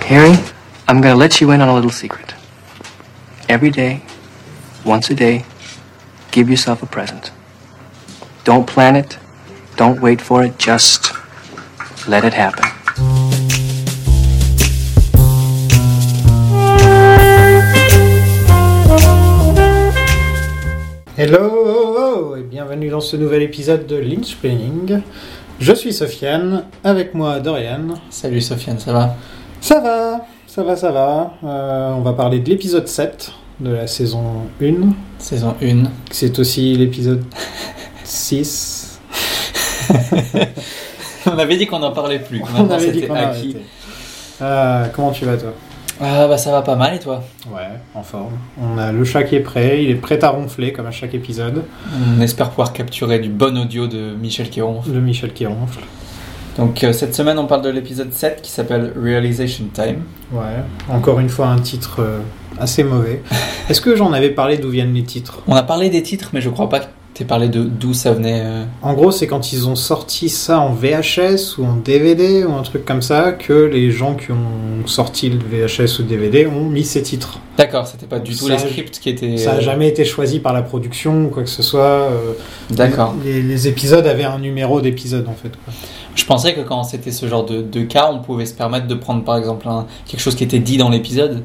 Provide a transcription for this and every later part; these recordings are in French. Carrie, I'm going to let you in on a little secret. Every day, once a day, give yourself a present. Don't plan it. Don't wait for it. Just let it happen. Hello et bienvenue dans ce nouvel épisode de Lynch Planning. Je suis Sofiane, avec moi Dorian. Salut Sofiane, ça va Ça va, ça va, ça va. Euh, on va parler de l'épisode 7 de la saison 1. Saison 1. C'est aussi l'épisode 6. on avait dit qu'on n'en parlait plus. qu'on On avait dit c'était qu'on acquis. arrêtait. Euh, comment tu vas toi Ah bah ça va pas mal et toi Ouais, en forme. On a le chat qui est prêt, il est prêt à ronfler comme à chaque épisode. On espère pouvoir capturer du bon audio de Michel Quiron. Le Michel qui ronfle. Donc euh, cette semaine on parle de l'épisode 7 qui s'appelle Realization Time. Ouais, encore une fois un titre euh, assez mauvais. Est-ce que j'en avais parlé d'où viennent les titres On a parlé des titres mais je crois pas que t'aies parlé de d'où ça venait. euh. En gros, c'est quand ils ont sorti ça en VHS ou en DVD ou un truc comme ça que les gens qui ont sorti le VHS ou le DVD ont mis ces titres. D'accord, c'était pas du tout Ça les a- scripts qui étaient... Ça n'a euh, jamais été choisi par la production ou quoi que ce soit. euh, D'accord. Les, les épisodes avaient un numéro d'épisode en fait. quoi. Je pensais que quand c'était ce genre de, de cas on pouvait se permettre de prendre par exemple un- quelque chose qui était dit dans l'épisode.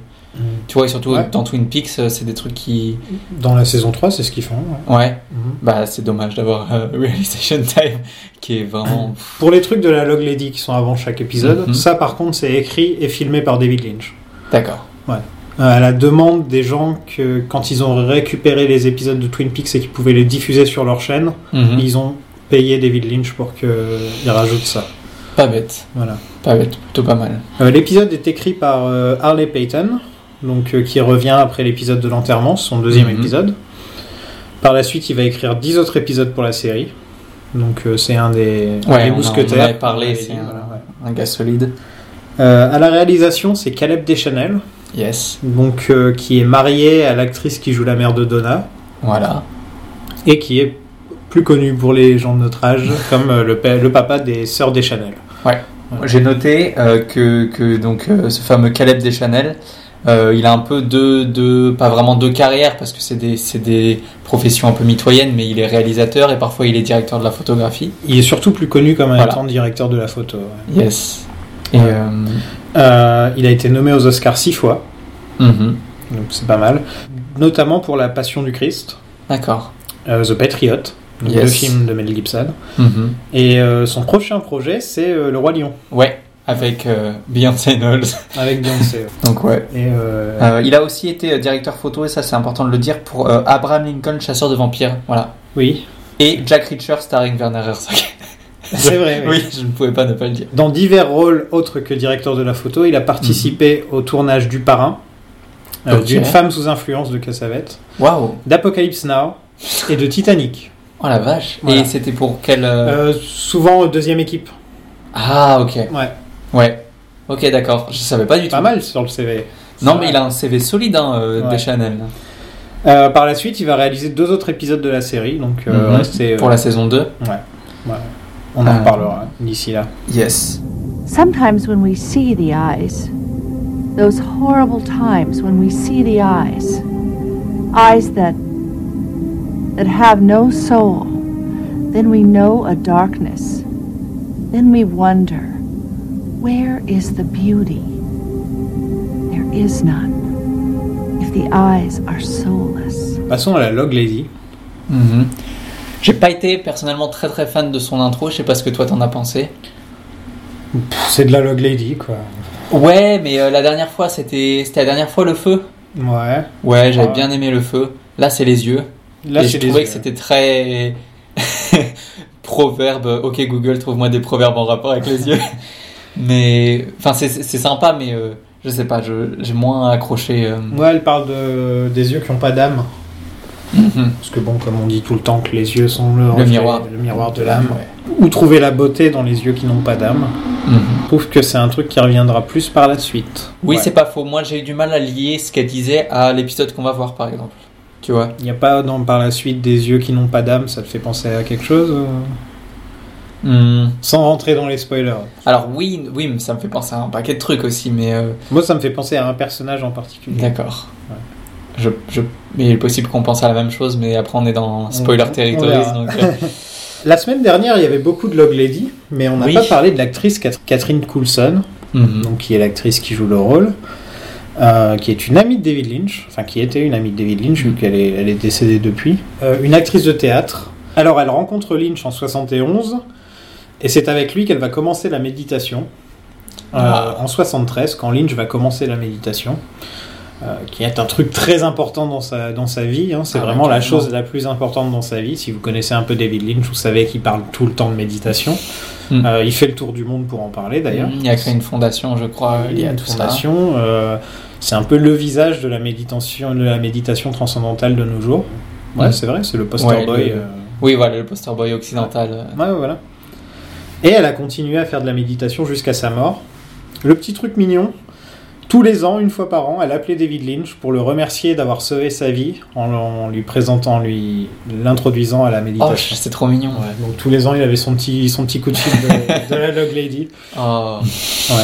Tu vois et surtout Ouais. dans Twin Peaks euh, c'est des trucs qui... Dans la saison 3, c'est ce qu'ils font. ouais. Ouais. Mhm. Bah, c'est dommage d'avoir euh, Realization Time qui est vraiment. Pour les trucs de la Log Lady qui sont avant chaque épisode, Mhm. ça par contre, c'est écrit et filmé par David Lynch. D'accord. Euh, à la demande des gens que quand ils ont récupéré les épisodes de Twin Peaks et qu'ils pouvaient les diffuser sur leur chaîne, Mhm. Ils ont payé David Lynch pour qu'il rajoute ça. Pas bête. Voilà. Pas bête, plutôt pas mal. Euh, l'épisode est écrit par euh, Harley Payton, donc, euh, qui revient après l'épisode de l'enterrement, son deuxième Mhm. épisode. Par la suite, il va écrire dix autres épisodes pour la série. Donc euh, c'est un des, un Ouais, des on en- mousquetaires. on en avait parlé, Ouais, c'est voilà, un- ouais. Un gars solide. Euh, à la réalisation, c'est Caleb Deschanel, Yes. donc, euh, qui est marié à l'actrice qui joue la mère de Donna Voilà. et qui est plus connue pour les gens de notre âge comme euh, le, pa- le papa des sœurs Deschanel. J'ai noté euh, que, que donc, euh, ce fameux Caleb Deschanel, euh, il a un peu deux, deux, pas vraiment deux carrières parce que c'est des, c'est des professions un peu mitoyennes, mais il est réalisateur et parfois il est directeur de la photographie. Il est surtout plus connu comme Voilà. étant directeur de la photo. ouais. Yes. Et. euh, Euh, il a été nommé aux Oscars six fois, mhm. donc c'est pas mal. Notamment pour La Passion du Christ, D'accord. euh, The Patriot, donc Yes. le film de Mel Gibson. Mhm. Et euh, son prochain projet, c'est euh, Le Roi Lion, Ouais, avec euh, Beyoncé Knowles. avec Beyoncé. Donc, ouais. Et, euh, Euh, il a aussi été euh, directeur photo, et ça c'est important de le dire, pour euh, Abraham Lincoln, chasseur de vampires. Voilà. Oui, Et Jack Reacher starring Werner Herzog. c'est vrai. oui. oui, je ne pouvais pas ne pas le dire. Dans divers rôles autres que directeur de la photo, il a participé au tournage du Parrain, euh, Mhm. Ok. d'une femme sous influence de Cassavette, Waouh d'Apocalypse Now et de Titanic. Oh la vache Voilà. Et c'était pour quel. euh, Euh, souvent deuxième équipe. Ah, ok. Ouais, Ouais. Ok, d'accord. Je savais pas du tout. pas mal sur le CV. Non, Ça mais va. il a un CV solide, hein, euh, Ouais. Deschanel. Euh, par la suite, il va réaliser deux autres épisodes de la série, donc euh, Mhm. restez, euh, Pour la saison 2. on en Ah. reparlera d'ici là. Yes. Sometimes when we see the eyes, those horrible times when we see the eyes, eyes that that have no soul, then we know a darkness. Then we wonder, where is the beauty? There is none. If the eyes are soulless. Passons à la Log Lady. Mhm. J'ai pas été personnellement très très fan de son intro, je sais pas ce que toi t'en as pensé. C'est de la Log Lady, quoi. Ouais, mais euh, la dernière fois, c'était c'était la dernière fois le feu. Ouais. Ouais, j'avais Ouais. bien aimé le feu. Là, c'est les yeux. Ah. Là, et c'est je des trouvais yeux. que c'était très proverbe. Ok Google, trouve-moi des proverbes en rapport avec les yeux. mais enfin, c'est c'est sympa, mais euh, je sais pas, je- j'ai moins accroché. euh. Ouais, elle parle de... des yeux qui n'ont pas d'âme. Mhm. Parce que, bon, comme on dit tout le temps que les yeux sont le, reflet- miroir. le miroir de l'âme. Ouais. Ou trouver la beauté dans les yeux qui n'ont pas d'âme. Mhm. Je trouve que c'est un truc qui reviendra plus par la suite. Oui, Ouais. c'est pas faux. Moi, j'ai eu du mal à lier ce qu'elle disait à l'épisode qu'on va voir, par exemple. Tu vois Il n'y a pas dans par la suite des yeux qui n'ont pas d'âme, ça te fait penser à quelque chose euh Hmm. Sans rentrer dans les spoilers. Alors oui, oui, mais ça me fait penser à un paquet de trucs aussi, mais euh, Moi, ça me fait penser à un personnage en particulier. d'accord. Ouais. Je, je- mais il est possible qu'on pense à la même chose, mais après on est dans On- spoiler on territories. verra. donc, euh, La semaine dernière, il y avait beaucoup de Log Lady, mais on n'a Oui. pas parlé de l'actrice Cat- Catherine Coulson, mhm. donc, qui est l'actrice qui joue le rôle, euh, qui est une amie de David Lynch, enfin qui était une amie de David Lynch, vu qu'elle est, elle est décédée depuis. Euh, une actrice de théâtre. Alors, elle rencontre Lynch en 71, et c'est avec lui qu'elle va commencer la méditation. euh, Ah. En 73, quand Lynch va commencer la méditation, euh, qui est un truc très important dans sa, dans sa vie. hein. C'est Ah, vraiment la carrément. chose la plus importante dans sa vie. Si vous connaissez un peu David Lynch, vous savez qu'il parle tout le temps de méditation. Mm. Euh, il fait le tour du monde pour en parler d'ailleurs. Il y a créé une fondation, je crois, Il y liée a Euh, à une tout fondation. euh, c'est un peu le visage de la méditation, de la méditation transcendantale de nos jours. Ouais, Mm. c'est vrai, c'est le poster Ouais, boy. le- euh, ça. Oui, voilà, le poster boy occidental. euh, Ouais, voilà. Et elle a continué à faire de la méditation jusqu'à sa mort. Le petit truc mignon, tous les ans, une fois par an, elle appelait David Lynch pour le remercier d'avoir sauvé sa vie en, en lui présentant, lui l'introduisant à la Oh, méditation. c'est trop mignon. Ouais, donc tous les ans, il avait son petit, son petit coup de fil de, de la Log Lady. Oh, Ouais.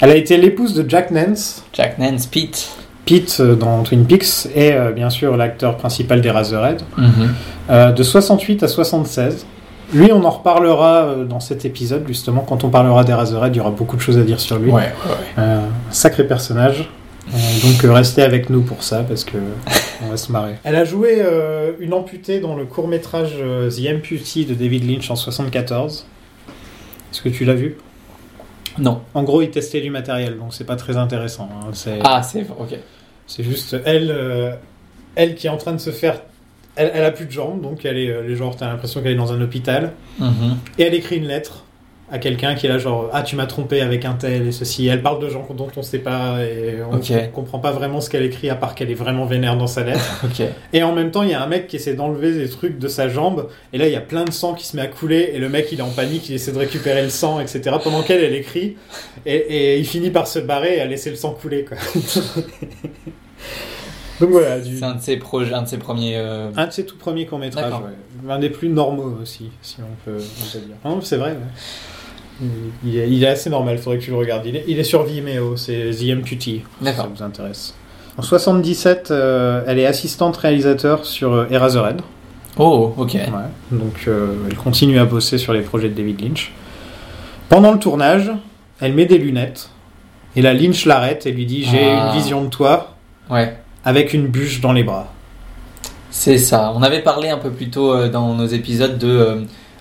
Elle a été l'épouse de Jack Nance, Jack Nance, Pete. Pete euh, dans Twin Peaks, et euh, bien sûr l'acteur principal des Razorhead. Mhm. Euh, de 68 à 76. Lui, on en reparlera euh, dans cet épisode, justement. Quand on parlera des Razorhead, il y aura beaucoup de choses à dire sur lui. Ouais, ouais, ouais. Euh, sacré personnage. Euh, donc, euh, restez avec nous pour ça, parce que euh, on va se marrer. Elle a joué euh, une amputée dans le court-métrage euh, The Amputee de David Lynch en 74. Est-ce que tu l'as vu Non. En gros, il testait du matériel, donc c'est pas très intéressant. hein. C'est- Ah, c'est ok. c'est juste elle, euh, elle qui est en train de se faire. Elle, elle a plus de jambes, donc elle est, euh, elle est genre, t'as l'impression qu'elle est dans un hôpital. Mhm. Et elle écrit une lettre à quelqu'un qui est là, genre, ah, tu m'as trompé avec un tel et ceci. Elle parle de gens dont on sait pas et on Ok. on comprend pas vraiment ce qu'elle écrit, à part qu'elle est vraiment vénère dans sa lettre. Ok. et en même temps, il y a un mec qui essaie d'enlever des trucs de sa jambe, et là, il y a plein de sang qui se met à couler, et le mec, il est en panique, il essaie de récupérer le sang, etc. Pendant qu'elle, elle écrit, et, et il finit par se barrer et à laisser le sang couler, quoi. Donc voilà, du- C'est un de ses projets, un de ses premiers. euh, un de ses tout premiers courts-métrages, D'accord. ouais. un des plus normaux aussi, si on peut, on peut dire. Non, Hein, c'est vrai. ouais. Il, il est, il est assez normal, faudrait que tu le regardes. Il est, il est sur Vimeo, c'est The Amputee, si ça D'accord. vous intéresse. En 77, euh, elle est assistante réalisateur sur euh, Eraserhead. Oh, ok. Ouais. Donc euh, elle continue à bosser sur les projets de David Lynch. Pendant le tournage, elle met des lunettes. Et là, Lynch l'arrête et lui dit J'ai Ah. une vision de toi Ouais. avec une bûche dans les bras. C'est ça. On avait parlé un peu plus tôt euh, dans nos épisodes de, euh,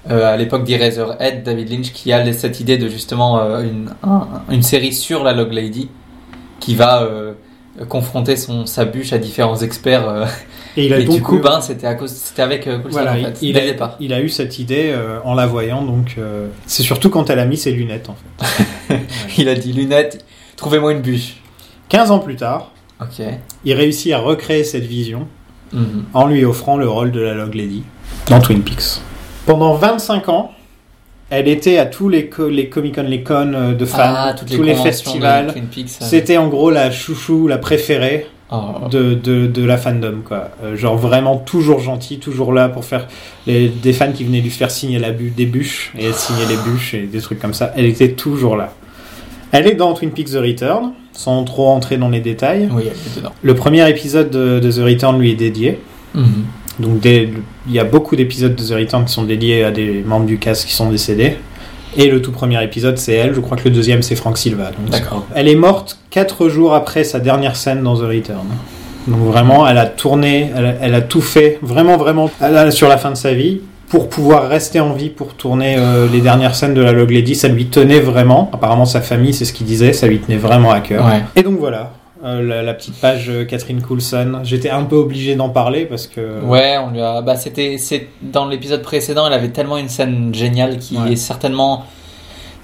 euh, à l'époque d'Eraserhead, David Lynch qui a cette idée de justement euh, une, un- une série sur la Log Lady qui va euh, confronter son, sa bûche à différents experts. euh. Et il a Et donc du coup, eu- ben, c'était à cause, c'était avec euh, Coulson Voilà, en il, fait, il dès a, le départ. il a eu cette idée euh, en la voyant, donc euh, c'est surtout quand elle a mis ses lunettes en fait. Il a dit lunettes, trouvez-moi une bûche. 15 ans plus tard, Ok. il réussit à recréer cette vision Mhm. en lui offrant le rôle de la Log Lady dans Twin Peaks. Pendant 25 ans, elle était à tous les, co- les Comic Con, les cons euh, de fans, Ah, toutes les tous les conventions de festivals. Twin Peaks, euh. C'était en gros la chouchou, la préférée Oh. de, de, de la fandom quoi Euh, genre vraiment toujours gentil toujours là pour faire les, des fans qui venaient lui faire signer la bu- des bûches et elle signait les bûches et des trucs comme ça elle était toujours là elle est dans Twin Peaks The Return sans trop entrer dans les détails Oui, elle est dedans. le premier épisode de, de The Return lui est dédié Mhm. donc des- il y a beaucoup d'épisodes de The Return qui sont dédiés à des membres du cast qui sont décédés et le tout premier épisode c'est elle je crois que le deuxième c'est Frank Silva donc c'est D'accord. elle est morte 4 jours après sa dernière scène dans The Return. Donc vraiment, elle a tourné, elle a, elle a tout fait, vraiment, vraiment, elle a- sur la fin de sa vie, pour pouvoir rester en vie pour tourner euh, les dernières scènes de la Log Lady. Ça lui tenait vraiment. Apparemment, sa famille, c'est ce qu'il disait, ça lui tenait vraiment à cœur. Ouais. Et donc voilà, euh, la, la petite page euh, Catherine Coulson. J'étais un peu obligé d'en parler parce que... Ouais, on lui a. Bah, c'était. C'est dans l'épisode précédent, elle avait tellement une scène géniale qui Ouais. est certainement,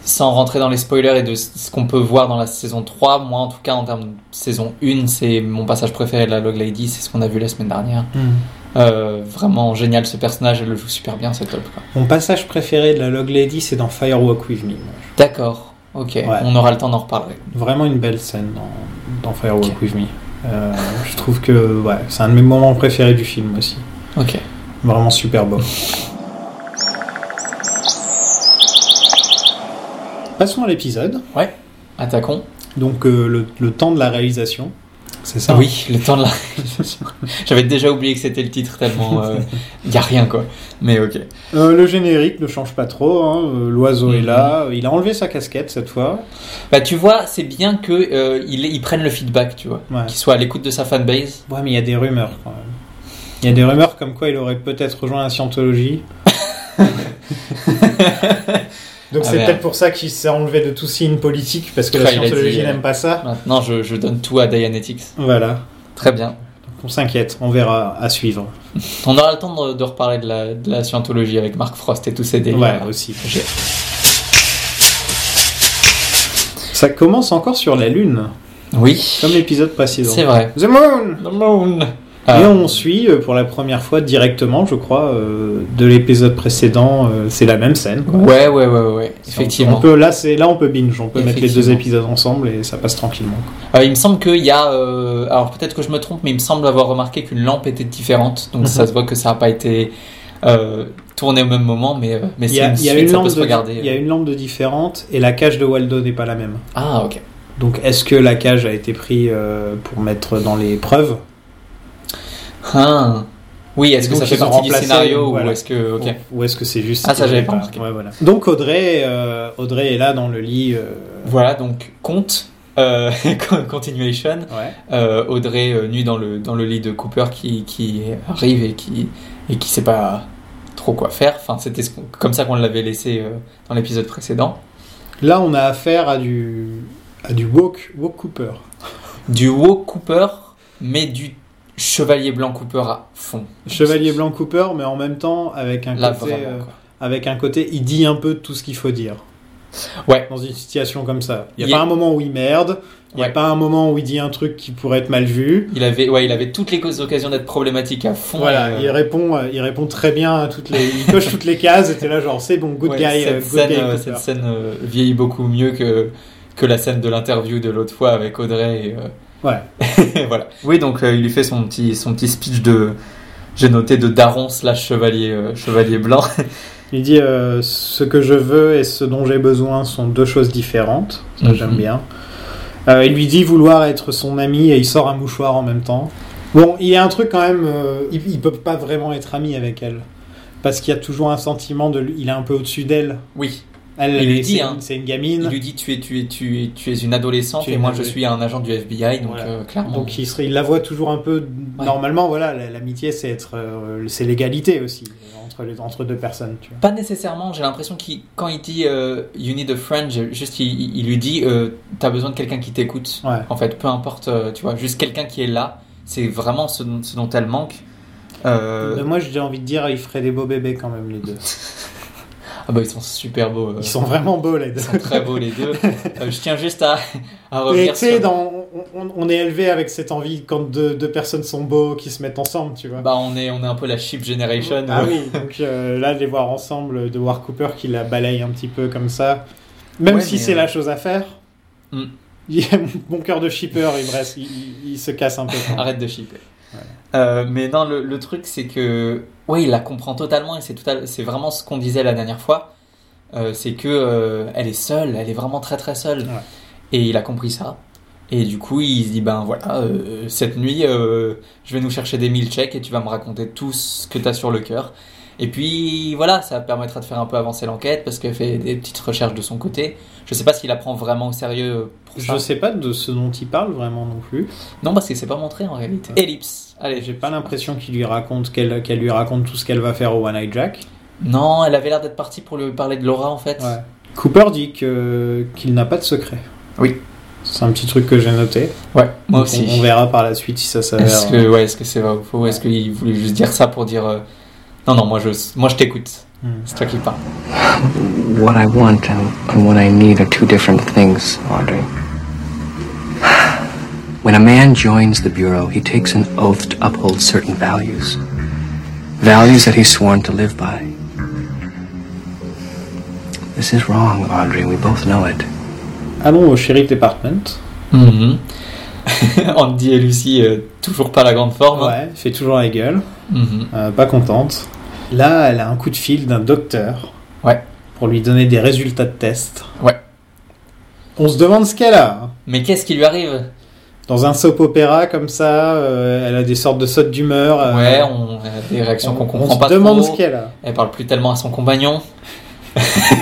sans rentrer dans les spoilers et de ce qu'on peut voir dans la saison 3, moi en tout cas en termes de saison 1, c'est mon passage préféré de la Log Lady, c'est ce qu'on a vu la semaine dernière. Hmm. Euh, vraiment génial ce personnage, elle le joue super bien, c'est top. quoi. Mon passage préféré de la Log Lady, c'est dans Firewalk With Me. D'accord, ok, on aura le temps d'en reparler. vraiment une belle scène dans, dans Firewalk With Me. Euh, je trouve que ouais, c'est un de mes moments préférés du film aussi. Ok. Vraiment super beau. Passons à l'épisode. Ouais, attaquons. Donc euh, le, le temps de la réalisation. C'est ça Oui, le temps de la réalisation. J'avais déjà oublié que c'était le titre tellement il n'y a rien quoi. Mais ok. Euh, le générique ne change pas trop. hein. Euh, L'oiseau est là. Il a enlevé sa casquette cette fois. Bah tu vois, c'est bien que euh, ils, ils prennent le feedback, tu vois, Ouais. qu'ils soient à l'écoute de sa fanbase. Ouais, mais il y a des rumeurs quand même. Il y a des rumeurs comme quoi il aurait peut-être rejoint la scientologie. Donc Ah, c'est merde. peut-être pour ça qu'il s'est enlevé de tout signe politique parce que la Ouais, il a dit, scientologie euh, n'aime pas ça. Maintenant, je, je donne tout à Dianetics. Voilà. Très bien. On s'inquiète. On verra à suivre. On aura le temps de, de reparler de la, de la scientologie avec Mark Frost et tous ces délires. Ouais, aussi. J'ai- Ça commence encore sur la lune, Oui, comme l'épisode précédent. c'est vrai. Ah. The Moon. The moon. Et on suit euh, pour la première fois directement, je crois, euh, de l'épisode précédent. euh, c'est la même scène. quoi. Ouais, ouais, ouais, ouais, ouais, effectivement. On peut, là, c'est là, on peut binge, on peut mettre les deux Effectivement. épisodes ensemble et ça passe tranquillement. Euh, il me semble qu'il y a. euh, alors peut-être que je me trompe, mais il me semble avoir remarqué qu'une lampe était différente. Donc Mhm. ça se voit que ça n'a pas été euh, tourné au même moment, mais, euh, mais Il c'est y, a, une il y a suite, une ça peut lampe se de, regarder. il y a une lampe de différente et la cage de Waldo n'est pas la même. Ah, ok. Donc, est-ce que la cage a été prise euh, pour mettre dans les preuves Ah. Oui, est-ce que Donc, ça fait ils ont partie du remplacé, scénario ou voilà. est-ce que. Ok. Ou, ou est-ce que c'est juste Ah, ça, que- j'avais pas voilà. remarqué. Ouais, voilà. Donc, Audrey, euh, Audrey est là dans le lit. euh, Voilà, donc compte. euh, continuation. ouais. Euh, Audrey euh, nue dans le, dans le lit de Cooper qui, qui arrive et qui, et qui sait pas trop quoi faire. Enfin, c'était ce qu'on- comme ça qu'on l'avait laissé euh, dans l'épisode précédent. Là, on a affaire à du à du Walk Walk Cooper. Ah, Du woke Cooper, mais du chevalier blanc Cooper à fond. Chevalier blanc Cooper, mais en même temps avec un Là, côté, vraiment. euh, quoi. avec un côté, il dit un peu tout ce qu'il faut dire. Ouais. Dans une situation comme ça, il Il n'y a est- pas un moment où il merde, il n'y a Ouais. pas un moment où il dit un truc qui pourrait être mal vu. Il avait, ouais, il avait toutes les causes d'occasion d'être problématique à fond. Voilà, Et, euh, il répond, euh, il répond très bien à toutes les, il coche toutes les cases. Et t'es là genre, c'est bon, good ouais, guy, euh, Cette good scène, guy euh, Cooper. cette scène, euh, vieillit beaucoup mieux que, que la scène de l'interview de l'autre fois avec Audrey. et, euh, Ouais. voilà. Oui, donc euh, il lui fait son petit, son petit speech de. J'ai noté de daron slash chevalier, euh, chevalier blanc. Il dit euh, ce que je veux et ce dont j'ai besoin sont deux choses différentes. Ça Mhm. j'aime bien. Euh, il lui dit vouloir être son ami et il sort un mouchoir en même temps. Bon, il y a un truc quand même. euh, il, il peut pas vraiment être ami avec elle parce qu'il y a toujours un sentiment de. lui- Il est un peu au-dessus d'elle. Oui, Elle, Il elle lui est- dit, c'est- hein. c'est une il gamine. lui dit tu es, tu es, tu es, tu es une adolescente Tu es et une moi je adolescente. suis un agent du FBI, donc Voilà. euh, clairement. Donc il, serait- il la voit toujours un peu. Normalement, voilà, la- l'amitié c'est être, euh, c'est l'égalité aussi euh, entre les entre deux personnes. Tu vois. Pas nécessairement, j'ai l'impression qu'il quand il dit euh, You need a friend, j'ai- juste il, il- il lui dit euh, T'as besoin de quelqu'un qui t'écoute. Ouais. En fait, peu importe, euh, tu vois, juste quelqu'un qui est là, c'est vraiment ce, dont- ce dont elle manque. Euh, Mais moi j'ai envie de dire, ils feraient des beaux bébés quand même les deux. Ah bah ils sont super beaux. euh, Ils sont vraiment beaux les deux. ils sont très beaux les deux. Euh, je tiens juste à, à Et revenir tu sais, sur... dans- on, on- on est élevé avec cette envie quand deux, deux personnes sont beaux, qui se mettent ensemble, tu vois. Bah on est, on est un peu la ship generation. ah euh, oui, donc euh, là, de les voir ensemble, de voir Cooper qui la balaye un petit peu comme ça, même Ouais, si mais, c'est euh, la chose à faire, Hmm. il- mon cœur de shipper, il, me reste- il, il- il se casse un peu. quand même. Arrête de shipper. Euh, mais non, le, le truc c'est que... Ouais, il la comprend totalement et c'est total... c'est vraiment ce qu'on disait la dernière fois. Euh, c'est que euh, elle est seule, elle est vraiment très très seule. Ouais. Et il a compris ça. Et du coup, il se dit, ben voilà, euh, cette nuit, euh, je vais nous chercher des mille checks et tu vas me raconter tout ce que tu as sur le cœur. Et puis voilà, ça permettra de faire un peu avancer l'enquête parce qu'elle fait des petites recherches de son côté. Je sais pas s'il la prend vraiment au sérieux pour ça. Je sais pas de ce dont il parle vraiment non plus. Non, parce que c'est pas montré en réalité. Ellipse. Allez, J'ai pas l'impression qu'il lui raconte qu'elle qu'elle lui raconte tout ce qu'elle va faire au One Eye Jack. Non, elle avait l'air d'être partie pour lui parler de Laura en fait. Ouais. Cooper dit que- qu'il n'a pas de secret. Oui. C'est un petit truc que j'ai noté. Ouais, moi Donc, aussi. On, on verra par la suite si ça s'avère. euh. Est-ce que ouais, est-ce que c'est vrai ou faux Est-ce qu'il voulait juste dire ça pour dire euh, non non moi je moi je t'écoute. Hmm. C'est toi qui parles. What I want and, and what I need are two different things, Audrey. When a man joins the Bureau, he takes an oath to uphold certain values. Values that he's sworn to live by. This is wrong, Audrey. We both know it. Allons Ah au Sheriff Department. Mhm. Andy et Lucie euh, toujours pas la grande forme. hein. Ouais, elle fait toujours la gueule, Mhm. euh, pas contente. Là, elle a un coup de fil d'un docteur. Ouais. Pour lui donner des résultats de tests. Ouais. On se demande ce qu'elle a. Mais qu'est-ce qui lui arrive Dans un soap opéra comme ça, euh, elle a des sortes de sautes d'humeur. euh, Ouais, on a des réactions qu'on on comprend se pas demande trop. ce qu'elle a. Elle parle plus tellement à son compagnon.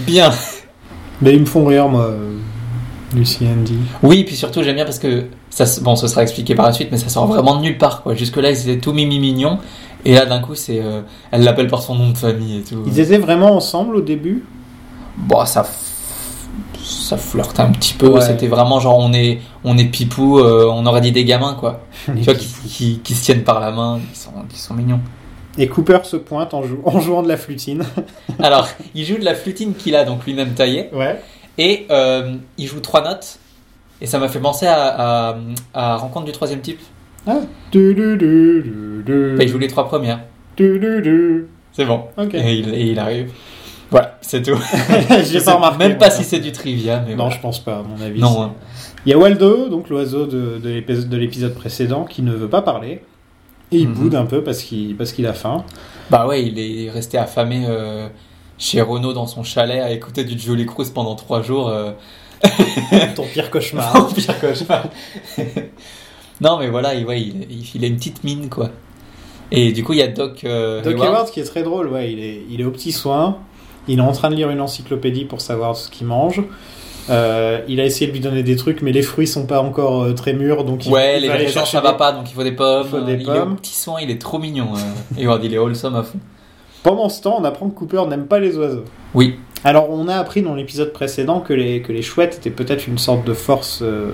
bien. Mais ils me font rire, moi, euh, Lucy et Andy. Oui, puis surtout j'aime bien parce que ça, se- bon, ce sera expliqué par la suite, mais ça sort vraiment de nulle part. Quoi. Jusque-là, ils étaient tout mimi mignon, et là d'un coup, c'est, euh, elle l'appelle par son nom de famille et tout. Ils étaient vraiment ensemble au début Bon, ça, f- ça flirte un petit peu. Ouais. C'était vraiment genre on est, on est pipou, euh, on aurait dit des gamins quoi. Tu vois, qui, qui, qui se tiennent par la main, qui sont, qui sont mignons. Et Cooper se pointe en, jou- en jouant de la flutine. Alors, il joue de la flutine qu'il a donc lui-même taillée. Ouais. Et euh, il joue trois notes. Et ça m'a fait penser à, à, à Rencontre du troisième type. Ah. Du, du, du, du, du. Bah, il joue les trois premières. Du, du, du. C'est bon. Ok. Et, il, et il arrive. Voilà, c'est tout. J'ai sais pas remarqué. Même pas moi. euh. si c'est du trivia, mais Non, voilà. je pense pas, à mon avis. non. hein. Il y a Waldo, donc l'oiseau de, de l'épis- de l'épisode précédent, qui ne veut pas parler. Et il Mhm. boude un peu parce qu'il parce qu'il a faim. Bah ouais, il est resté affamé euh, chez Renault dans son chalet à écouter du Jolie Cruz pendant trois jours. euh, Ton pire cauchemar. au pire cauchemar. non, mais voilà, il, ouais, il, il, il a une petite mine, quoi. Et du coup, il y a Doc, euh, Doc Hayward. Hayward, qui est très drôle, ouais, il est, il est au petit soin. Il est en train de lire une encyclopédie pour savoir ce qu'il mange. Euh, il a essayé de lui donner des trucs, mais les fruits sont pas encore euh, très mûrs, donc il, Ouais, il les va aller raisins, chercher ça va des- pas, donc il faut des pommes. Il faut des euh, il est au pommes. petit soin, il est trop mignon. euh. Hayward, il est wholesome à fond. Pendant ce temps, on apprend que Cooper n'aime pas les oiseaux. Oui. Alors, on a appris dans l'épisode précédent que les, que les chouettes étaient peut-être une sorte de force euh,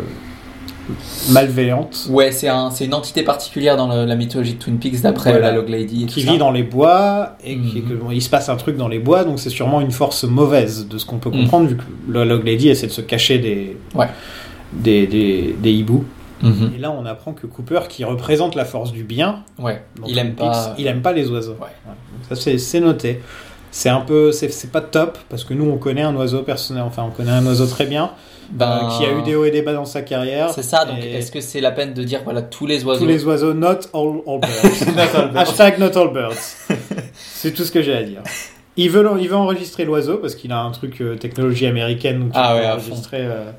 malveillante Ouais, c'est un, c'est une entité particulière dans le- la mythologie de Twin Peaks, d'après Voilà. la Log Lady. et qui tout ça. vit dans les bois et qui- Mhm. que, bon, il se passe un truc dans les bois, donc c'est sûrement une force mauvaise de ce qu'on peut Mhm. comprendre, vu que la Log Lady essaie de se cacher des, Ouais. des, des, des hiboux. Mhm. Et là, on apprend que Cooper, qui représente la force du bien, Ouais, dans il Twin aime pas. Peaks, il aime pas les oiseaux. Ouais. Donc ça, c'est- c'est noté. C'est un peu, c'est c'est pas top parce que nous, on connaît un oiseau personnel, enfin, on connaît un oiseau très bien Ben, euh, qui a eu des hauts et des bas dans sa carrière. C'est ça, donc Ah, Et est-ce que c'est la peine de dire voilà tous les oiseaux tous les oiseaux, not all, all birds. Hashtag not all birds. c'est tout ce que j'ai à dire. Il veut, l'en- il veut enregistrer l'oiseau parce qu'il a un truc euh, technologie américaine. donc il Ah peut ouais, à enregistrer. euh,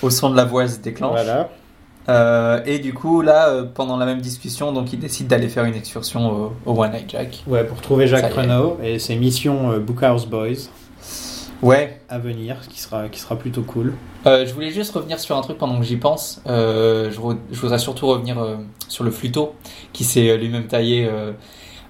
Au son de la voix, elle se déclenche. voilà. Euh, et du coup, là, euh, pendant la même discussion, donc il décide d'aller faire une excursion au, au One Night Jack. Ouais, pour trouver Jacques Ça y est. Renault et ses missions euh, Bookhouse Boys. Ouais. à venir qui sera, qui sera plutôt cool. Euh, je voulais juste revenir sur un truc pendant que j'y pense. Euh, je, re- je voudrais surtout revenir euh, sur le flûteau qui s'est euh, lui-même taillé. euh,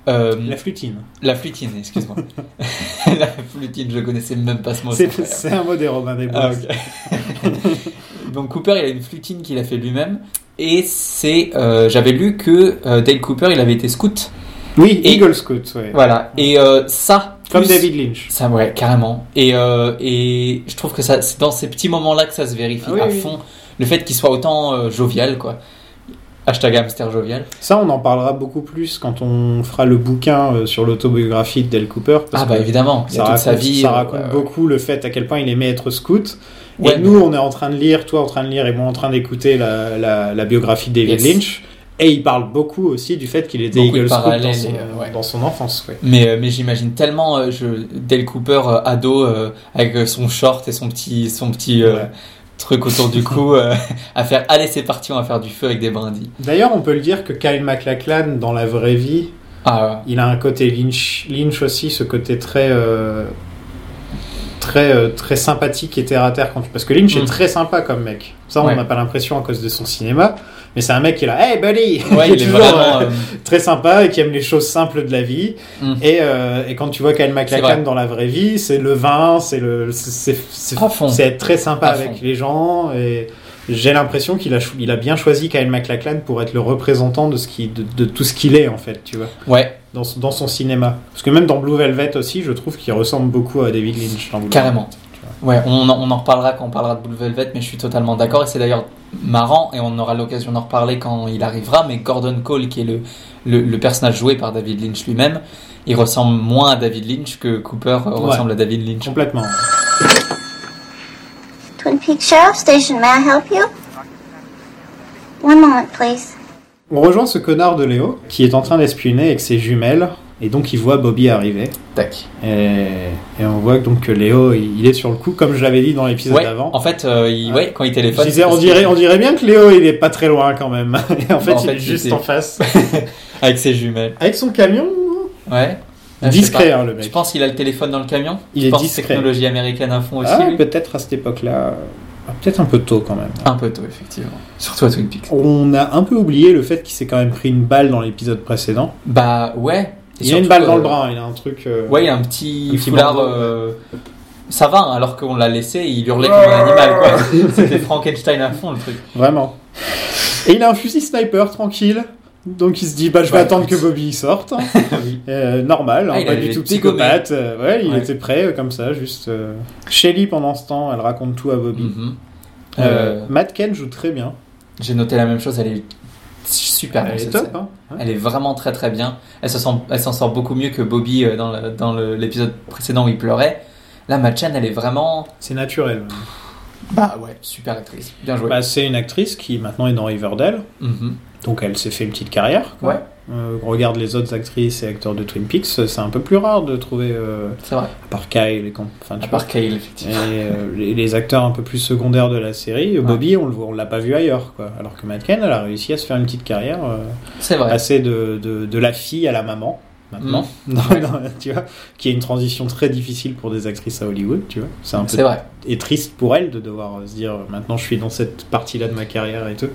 euh, La flutine. La flutine, excuse-moi. la flutine, je connaissais même pas ce mot. C'est c'est incroyable. c'est un mot des Robins des Ah, Bois. ok. Donc Cooper, il a une flutine qu'il a fait lui-même. Et c'est, euh, j'avais lu que euh, Dale Cooper, il avait été scout. Oui, Et- Eagle Scout, ouais. Voilà. Et euh, ça, Comme plus- David Lynch. Ça, ouais, carrément. Et, euh, et je trouve que ça, c'est dans ces petits moments-là que ça se vérifie Ah oui, à oui. fond. Le fait qu'il soit autant euh, jovial, quoi. Hashtag hamster jovial. Ça, on en parlera beaucoup plus quand on fera le bouquin euh, sur l'autobiographie de Dale Cooper. parce ah bah que évidemment, il y Ça a toute raconte, sa vie. ça euh, raconte ouais, ouais. beaucoup le fait à quel point il aimait être scout. Ouais, et nous, on est en train de lire, toi en train de lire et moi en train d'écouter la, la, la biographie de David Yes. Lynch. Et il parle beaucoup aussi du fait qu'il était Beaucoup de Eagle Scout dans parallèles son, et, euh, ouais. dans son enfance. Ouais. Mais, euh, mais j'imagine tellement euh, je, Dale Cooper euh, ado euh, avec euh, son short et son petit, son petit euh, Ouais. truc autour du cou euh, à faire allez c'est parti on va faire du feu avec des brindilles. D'ailleurs, on peut le dire que Kyle MacLachlan, dans la vraie vie, Ah Il a un côté Lynch, Lynch aussi, ce côté très euh, très euh, très sympathique et terre à terre quand tu... parce que Lynch Mm. est très sympa comme mec. Ça, Ouais. on n'a pas l'impression à cause de son cinéma, mais c'est un mec qui est là, hey buddy, ouais, ouais il est Toujours, vraiment euh, euh, très sympa et qui aime les choses simples de la vie. Mm. Et, euh, et quand tu vois Kyle C'est vrai. MacLachlan dans la vraie vie, c'est le vin, c'est le c'est c'est- À fond. c'est être très sympa À avec fond. les gens et j'ai l'impression qu'il a cho- il a bien choisi Kyle MacLachlan pour être le représentant de ce qui de, de tout ce qu'il est en fait, tu vois ouais dans son, dans son cinéma. Parce que même dans Blue Velvet aussi, je trouve qu'il ressemble beaucoup à David Lynch. dans Blue carrément. Velvet. Ouais, on, en- on en reparlera quand on parlera de Blue Velvet, mais je suis totalement d'accord. Et c'est d'ailleurs marrant, et on aura l'occasion d'en reparler quand il arrivera. Mais Gordon Cole, qui est le, le, le personnage joué par David Lynch lui-même, il ressemble moins à David Lynch que Cooper euh, ressemble à David Lynch. Complètement. Twin Peaks Sheriff Station, may I help you? One moment, please. On rejoint ce connard de Léo, qui est en train d'espionner avec ses jumelles Et donc il voit Bobby arriver. Tac. Et, et on voit donc que Léo, il il est sur le coup, comme je l'avais dit dans l'épisode Ouais, d'avant. en fait, euh, il- ouais, quand il Je téléphone. disais, parce on dirait, que- on dirait bien que Léo, il est pas très loin quand même. Et en fait, en il fait, est juste j'étais- en face. Avec ses jumelles. Avec son camion Ouais. Ah, Je sais Discret, pas. hein, le Tu mec. penses qu'il a le téléphone dans le camion Il Tu est penses discret. technologie américaine à fond aussi Ah, lui peut-être à cette époque-là. euh, Peut-être un peu tôt quand même. Un peu tôt, effectivement. Surtout à Twin Peaks. On a un peu oublié le fait qu'il s'est quand même pris une balle dans l'épisode précédent. Bah ouais. Et Il a une surtout, balle dans euh, le bras, il a un truc. euh, Ouais, il a un petit, Un petit foulard. bandeau, ouais. euh, Ça va, hein, alors qu'on l'a laissé, il hurlait comme un animal, quoi. C'était Frankenstein à fond, le truc. Vraiment. Et il a un fusil sniper tranquille. Donc il se dit, bah je vais Bah, attendre écoute. que Bobby sorte. Oui. Euh, normal, Ah, hein, il pas avait du tout dégommé. psychopathe. Euh, ouais, il Ouais. était prêt euh, comme ça, juste. euh. Shelly, pendant ce temps, elle raconte tout à Bobby. Mhm. Euh, Euh, Matt Ken joue très bien. J'ai noté la même chose, elle est super bien, Elle est cette top. scène. hein. Ouais. Elle est vraiment très très bien. Elle se sent- elle s'en sort beaucoup mieux que Bobby euh, dans le- dans le- l'épisode précédent où il pleurait. Là, Machan, elle est vraiment. C'est naturel. Bah ouais, super actrice. Bien Ah, joué. Bah, c'est une actrice qui maintenant est dans Riverdale. Mhm. Donc elle s'est fait une petite carrière. quoi. Ouais, Euh, on regarde les autres actrices et acteurs de Twin Peaks, c'est un peu plus rare de trouver, euh, c'est vrai. à part Kyle et com- enfin, tu À vois. part Kyle, Et, effectivement. euh, les, les acteurs un peu plus secondaires de la série, Bobby, on le voit- on l'a pas vu ailleurs. Quoi. Alors que Matt Ken, elle a réussi à se faire une petite carrière, euh, C'est vrai. passer de, de, de la fille à la maman, maintenant, Mm. Non, non, tu vois, qui est une transition très difficile pour des actrices à Hollywood, tu vois. C'est un peu C'est vrai. et triste pour elle de devoir euh, se dire, euh, maintenant je suis dans cette partie-là de ma carrière et tout.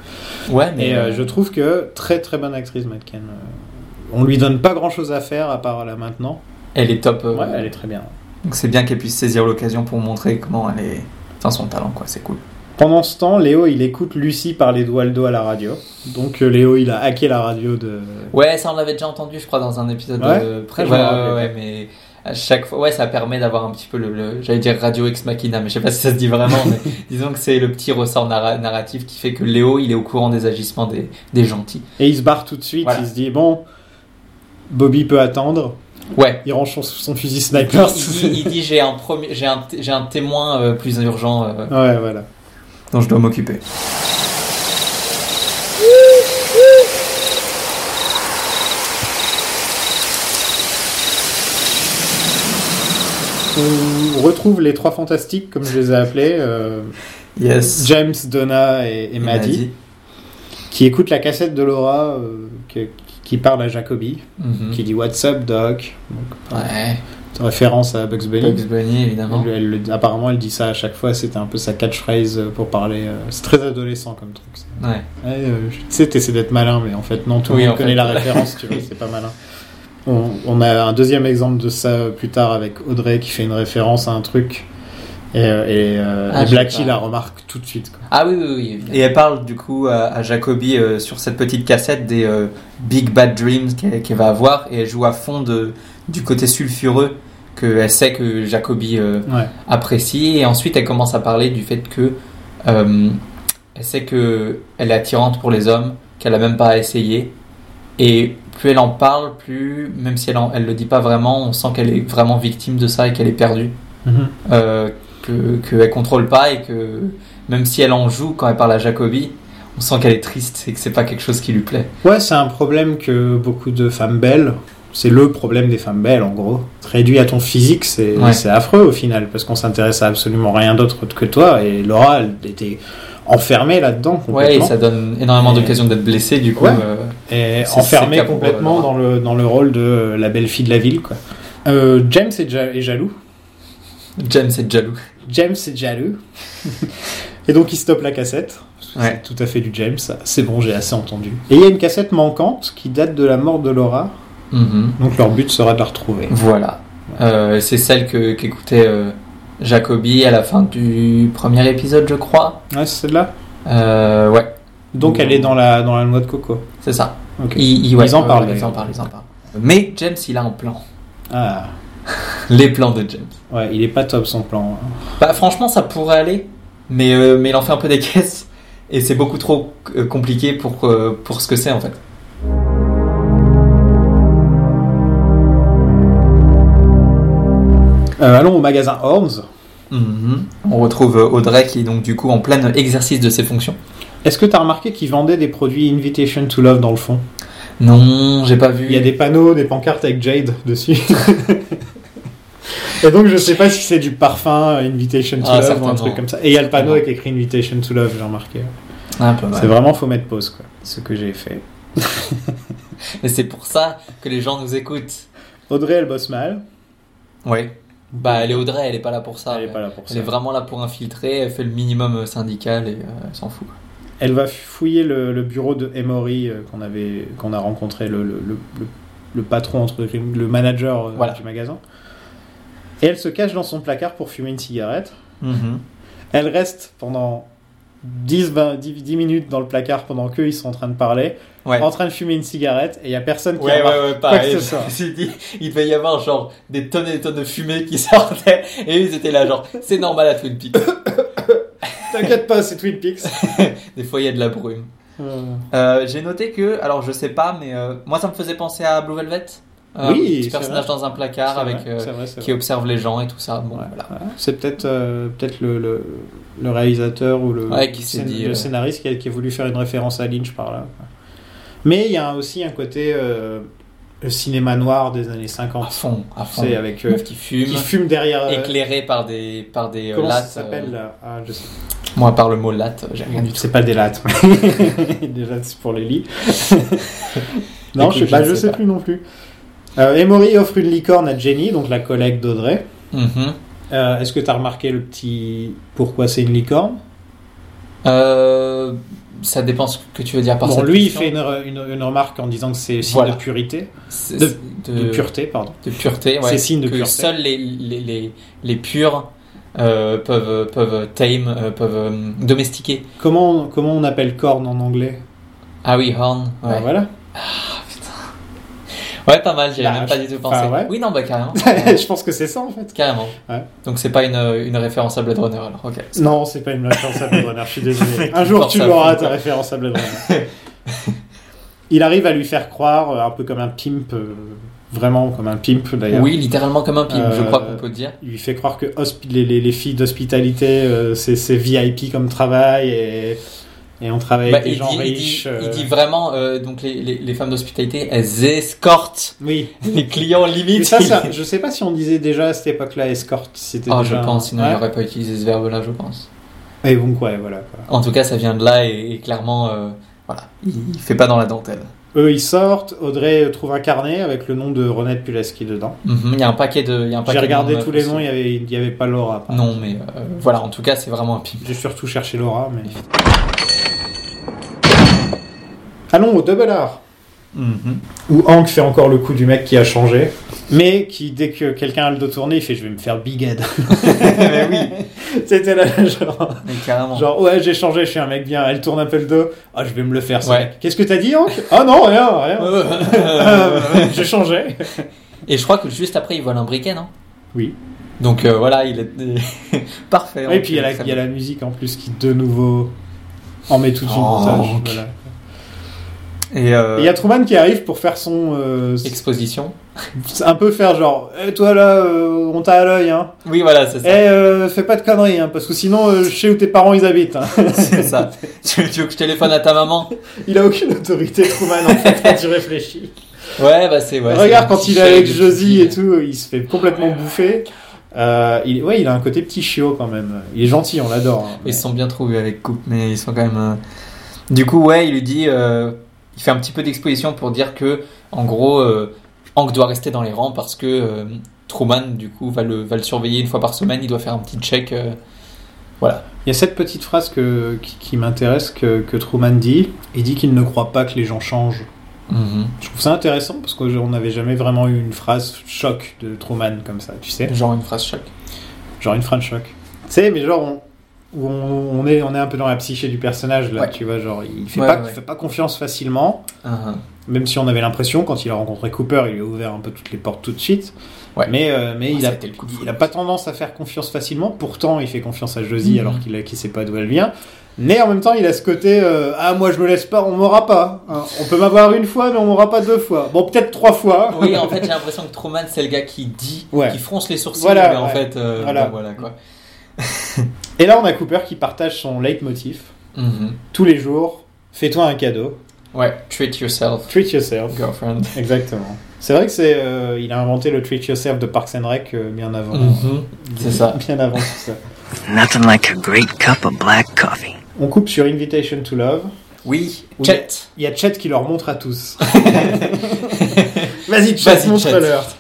Ouais, mais. Et euh, je trouve que très très bonne actrice, Matt Ken. Euh, On lui donne pas grand chose à faire à part là maintenant. Elle est top. euh, Ouais, elle est très bien. Donc c'est bien qu'elle puisse saisir l'occasion pour montrer comment elle est. Enfin, son talent, quoi, c'est cool. Pendant ce temps, Léo il écoute Lucie parler de Waldo à la radio. Donc euh, Léo il a hacké la radio de. Ouais, ça on l'avait déjà entendu, je crois, dans un épisode Ouais. euh, près. Je Ouais, me ouais, rappelle. ouais, mais à chaque fois, ouais, ça permet d'avoir un petit peu le, le- j'allais dire Radio Ex Machina, mais je sais pas si ça se dit vraiment. mais disons que c'est le petit ressort narra- narratif qui fait que Léo, il est au courant des agissements des, des gentils. Et il se barre tout de suite. Voilà. Il se dit bon, Bobby peut attendre. Ouais. Il range son, son fusil Il, sniper. il- il- il dit j'ai un premier, j'ai un, t- j'ai un témoin euh, plus urgent euh, ouais, voilà. dont je dois m'occuper. On retrouve les trois fantastiques comme je les ai appelés euh, Yes. James, Donna et, et Il m'a Maddie, dit. qui écoutent la cassette de Laura euh, que- qui parle à Jacoby. Mhm. qui dit What's up, Doc Donc, Ouais. Référence à Bugs Bunny. Bugs Bunny évidemment. Elle- elle le- apparemment, elle dit ça à chaque fois. C'était un peu sa catchphrase euh, pour parler. euh, c'est très adolescent comme truc. ça. Ouais. Ouais, euh, je- tu sais, t'essaies d'être malin, mais en fait, non, tout le Oui, monde en connaît fait. la référence, tu vois, c'est pas malin. On, on a un deuxième exemple de ça euh, plus tard avec Audrey qui fait une référence à un truc. Et, euh, et, euh, Ah, et j'ai Blackie pas. la remarque tout de suite. quoi. Ah oui, oui, oui. évidemment. Et elle parle du coup à, à Jacobi euh, sur cette petite cassette des euh, Big Bad Dreams qu'elle qu'elle va avoir et elle joue à fond de, du côté sulfureux qu'elle sait que Jacobi euh, Ouais. apprécie. Et ensuite elle commence à parler du fait que euh, elle sait qu'elle est attirante pour les hommes, qu'elle a même pas à essayer. Et plus elle en parle, plus, même si elle ne le dit pas vraiment, on sent qu'elle est vraiment victime de ça et qu'elle est perdue Mhm. euh, que qu'elle contrôle pas et que même si elle en joue quand elle parle à Jacobi, on sent qu'elle est triste et que c'est pas quelque chose qui lui plaît. Ouais, c'est un problème que beaucoup de femmes belles. C'est le problème des femmes belles, en gros. Réduit à ton physique, c'est Ouais. c'est affreux au final, parce qu'on s'intéresse à absolument rien d'autre que toi. Et Laura, elle était enfermée là-dedans Ouais, et complètement. ça donne énormément Et- d'occasions d'être blessée du coup. Ouais. euh, et c'est- c'est enfermée le cas pour, complètement euh, dans le, dans le rôle de euh, la belle fille de la ville, quoi. Euh, James est, ja- est jaloux. James est jaloux. James est jaloux. et donc il stoppe la cassette. Ouais. C'est tout à fait du James. ça. C'est bon, j'ai assez entendu. Et il y a une cassette manquante qui date de la mort de Laura. Mhm. Donc leur but sera de la retrouver. Voilà. Euh, c'est celle que qu'écoutait euh, Jacobi à la fin du premier épisode, je crois. Ouais, c'est celle-là Euh, ouais, Donc Ou- elle est dans la, dans la noix de coco. c'est ça. Ok. Il- il- Ils ouais, en ouais, parlent, ouais, Ils en d'ailleurs. parlent. Ils en parlent. Mais James, il a un plan. Ah, Les plans de James. ouais, il est pas top son plan. hein. Bah franchement ça pourrait aller, mais, euh, mais il en fait un peu des caisses et c'est beaucoup trop euh, compliqué pour, euh, pour ce que c'est en fait. Euh, allons au magasin Horns. On retrouve euh, Audrey qui est donc du coup en plein exercice de ses fonctions. Est-ce que t'as remarqué qu'ils vendaient des produits Invitation to Love dans le fond Non, j'ai pas vu. Il y a des panneaux, des pancartes avec Jade dessus. Et donc, je sais pas si c'est du parfum, euh, Invitation to Ah, Love ou un certainement. truc comme ça. Et il y a le panneau avec écrit Invitation to Love, j'ai remarqué. Ah, pas mal. C'est vraiment, faut mettre pause, quoi. Ce que j'ai fait. Mais c'est pour ça que les gens nous écoutent. Audrey, elle bosse mal. Oui. Bah, elle est Audrey, elle est pas là pour ça. elle est pas là pour ça. Ah, Elle est vraiment là pour infiltrer, elle fait le minimum euh, syndical et euh, elle s'en fout. Elle va fouiller le, le bureau de Emory euh, qu'on avait, qu'on a rencontré le, le, le- le- le patron entre le manager euh, Voilà. du magasin. Et elle se cache dans son placard pour fumer une cigarette. Mhm. Elle reste pendant 10, 20, 10, 10 minutes dans le placard pendant qu'eux ils sont en train de parler, Ouais. en train de fumer une cigarette et il y a personne qui Ouais, ouais, remarque ouais, quoi que pareil. ce soit. Je me suis dit, il devait y avoir genre des tonnes et des tonnes de fumée qui sortaient et ils étaient là, genre, c'est normal à Twin Peaks. T'inquiète pas, c'est Twin Peaks. Des fois, il y a de la brume. Euh, Euh, J'ai noté que, alors je sais pas, mais euh, moi ça me faisait penser à Blue Velvet. Oui, Euh, un petit c'est personnage dans un placard c'est avec vrai, euh, c'est vrai, c'est qui vrai. observe les gens et tout ça. Bon, Ouais. voilà. Ouais, C'est peut-être euh, peut-être le, le, le réalisateur ou le, Ouais, qui s'est scén- dit, le euh, scénariste qui a, qui a voulu faire une référence à Lynch par là. quoi. Mais il y a aussi un côté euh, le cinéma noir des années À 50. fond, à fond. C'est avec euh, Meuf Ah, qui fume, qui fume derrière. euh, éclairé par des par des euh, comment ça lattes. s'appelle euh, là Ah, je sais Moi, par le mot latte, j'ai rien du tout. C'est pas des lattes. des lattes, c'est pour les lits. non, Écoute, je sais pas, je je ne sais sais pas. plus non plus. Euh, Emory offre une licorne à Jenny, donc la collègue d'Audrey. Mhm. Euh, Est-ce que t'as remarqué le petit pourquoi c'est une licorne Euh, ça dépend ce que tu veux dire par Bon, cette lui, il question. fait une, re- une- une remarque en disant que c'est signe Voilà. Euh, de purité, C'est- de- c'est de pureté, pardon. de pureté, ouais. C'est signe de que pureté. seuls les, les, les, les purs euh, peuvent peuvent tame, euh, peuvent euh, domestiquer. Comment, comment on appelle corne en anglais Ah oui, horn. Ouais. Bah, Voilà. Ouais, pas mal, j'y Bah, avais même pas je- du tout pensé. enfin, ouais. Oui, non, bah carrément. je pense que c'est ça en fait. carrément. Ouais. Donc c'est pas une, euh, une référence à Blade Runner alors, ok. Non, c'est pas une référence à Blade Runner, je suis désolé. Un jour portes tu ça, l'auras, quoi. ta référence à Blade Runner. Il arrive à lui faire croire, euh, un peu comme un pimp, euh, vraiment comme un pimp d'ailleurs. Oui, littéralement comme un pimp, je Euh, crois qu'on peut dire. Il lui fait croire que hospi- les, les- les filles d'hospitalité, euh, c'est c'est VIP comme travail et, et on travaille Bah, avec des il, gens dit, il, riches. dit, euh, il dit vraiment, euh, donc les, les, les femmes d'hospitalité, elles escortent Oui, les clients Mais limite. ça, ça, je sais pas si on disait déjà à cette époque-là escorte. si C'était Ah, je déjà un- pense, sinon il Ouais. n'aurait pas utilisé ce verbe-là, je pense. Et donc, ouais, voilà. quoi. En tout cas, ça vient de là et, et clairement, euh, voilà, il, il fait pas dans la dentelle. Eux, ils sortent. Audrey euh, trouve un carnet avec le nom de Renette Pulaski dedans. Mhm, Il y a un paquet de. il y a un J'ai paquet de regardé noms, tous euh, les noms, il y avait, il y avait pas Laura. par Non, contre. mais euh, voilà, en tout cas, c'est vraiment un pimp. J'ai surtout cherché Laura, mais. Allons au double R. Mm-hmm. Mhm. Où Hank fait encore le coup du mec qui a changé, mais qui, dès que quelqu'un a le dos tourné, il fait Je vais me faire bigade. Mais oui, C'était là, genre. mais carrément. Genre, ouais, j'ai changé, je suis un mec bien, elle tourne un peu le dos. Ah, je vais me le faire, ce Ouais. mec. Qu'est-ce que t'as dit, Hank Ah non, rien, rien. Euh, j'ai changé. Et je crois que juste après, il vole un briquet, non Oui. Donc euh, voilà, il est parfait. Et puis il y, a la, il y a la musique en plus qui, de nouveau, en met toute une Oh, tâche, Hank. voilà. Et, euh, Et il y a Truman qui arrive pour faire son. euh, exposition. un peu faire genre, Eh, toi là, euh, on t'a à l'œil, hein. Oui, voilà, c'est Eh, ça. euh, fais pas de conneries, hein, parce que sinon, euh, je sais où tes parents ils habitent. hein. c'est ça. Tu, tu veux que je téléphone à ta maman Il a aucune autorité, Truman, en fait, quand tu réfléchis. Ouais, bah c'est ouais. Regarde c'est un quand petit il est avec chef de Josie et cuisine. tout, euh, il se fait complètement bouffer. Euh, il, ouais, il a un côté petit chiot quand même. Il est gentil, on l'adore. hein. Ils se sont bien trouvés avec Coupe, mais ils sont quand même. euh, Du coup, ouais, il lui dit. euh, Il fait un petit peu d'exposition pour dire que, en gros, euh, Hank doit rester dans les rangs parce que euh, Truman, du coup, va le, va le surveiller une fois par semaine. Il doit faire un petit check. euh, Il y a cette petite phrase que, qui, qui m'intéresse que, que Truman dit. Il dit qu'il ne croit pas que les gens changent. mhm. Je trouve ça intéressant parce qu'on n'avait jamais vraiment eu une phrase choc de Truman comme ça, tu sais. Genre une phrase choc. Genre une phrase choc. Tu sais, mais genre, on, où on, on est, on est un peu dans la psyché du personnage là, Ouais. tu vois. Genre, il fait, Ouais, pas, ouais. il fait pas confiance facilement. Mhm. Même si on avait l'impression, quand il a rencontré Cooper, il lui a ouvert un peu toutes les portes tout de suite. Ouais. Mais, euh, mais Ouais, il, ça a, a été le coup de il foudre. a pas tendance à faire confiance facilement. Pourtant, il fait confiance à Josie Mhm. alors qu'il ne sait pas d'où elle vient. Mais en même temps, il a ce côté euh, Ah, moi je me laisse pas, on m'aura pas. hein. On peut m'avoir une fois, mais on m'aura pas deux fois. Bon, peut-être trois fois. Oui, en fait, j'ai l'impression que Truman, c'est le gars qui dit, Ouais. qui fronce les sourcils, Voilà, mais en ouais. fait, euh, bon, Voilà. voilà. quoi. Et là, on a Cooper qui partage son leitmotiv Mhm. tous les jours Fais-toi un cadeau. Ouais, treat yourself, Treat yourself. girlfriend. Exactement. C'est vrai que c'est, euh, il a inventé le Treat Yourself de Parks and Rec euh, bien avant. Mhm, C'est ça. Bien avant tout ça. Nothing like a great cup of black coffee. On coupe sur Invitation to Love. Oui, Oui. chat. Il y a Chet qui leur montre à tous. Vas-y, Chet, Vas-y, montre-leur.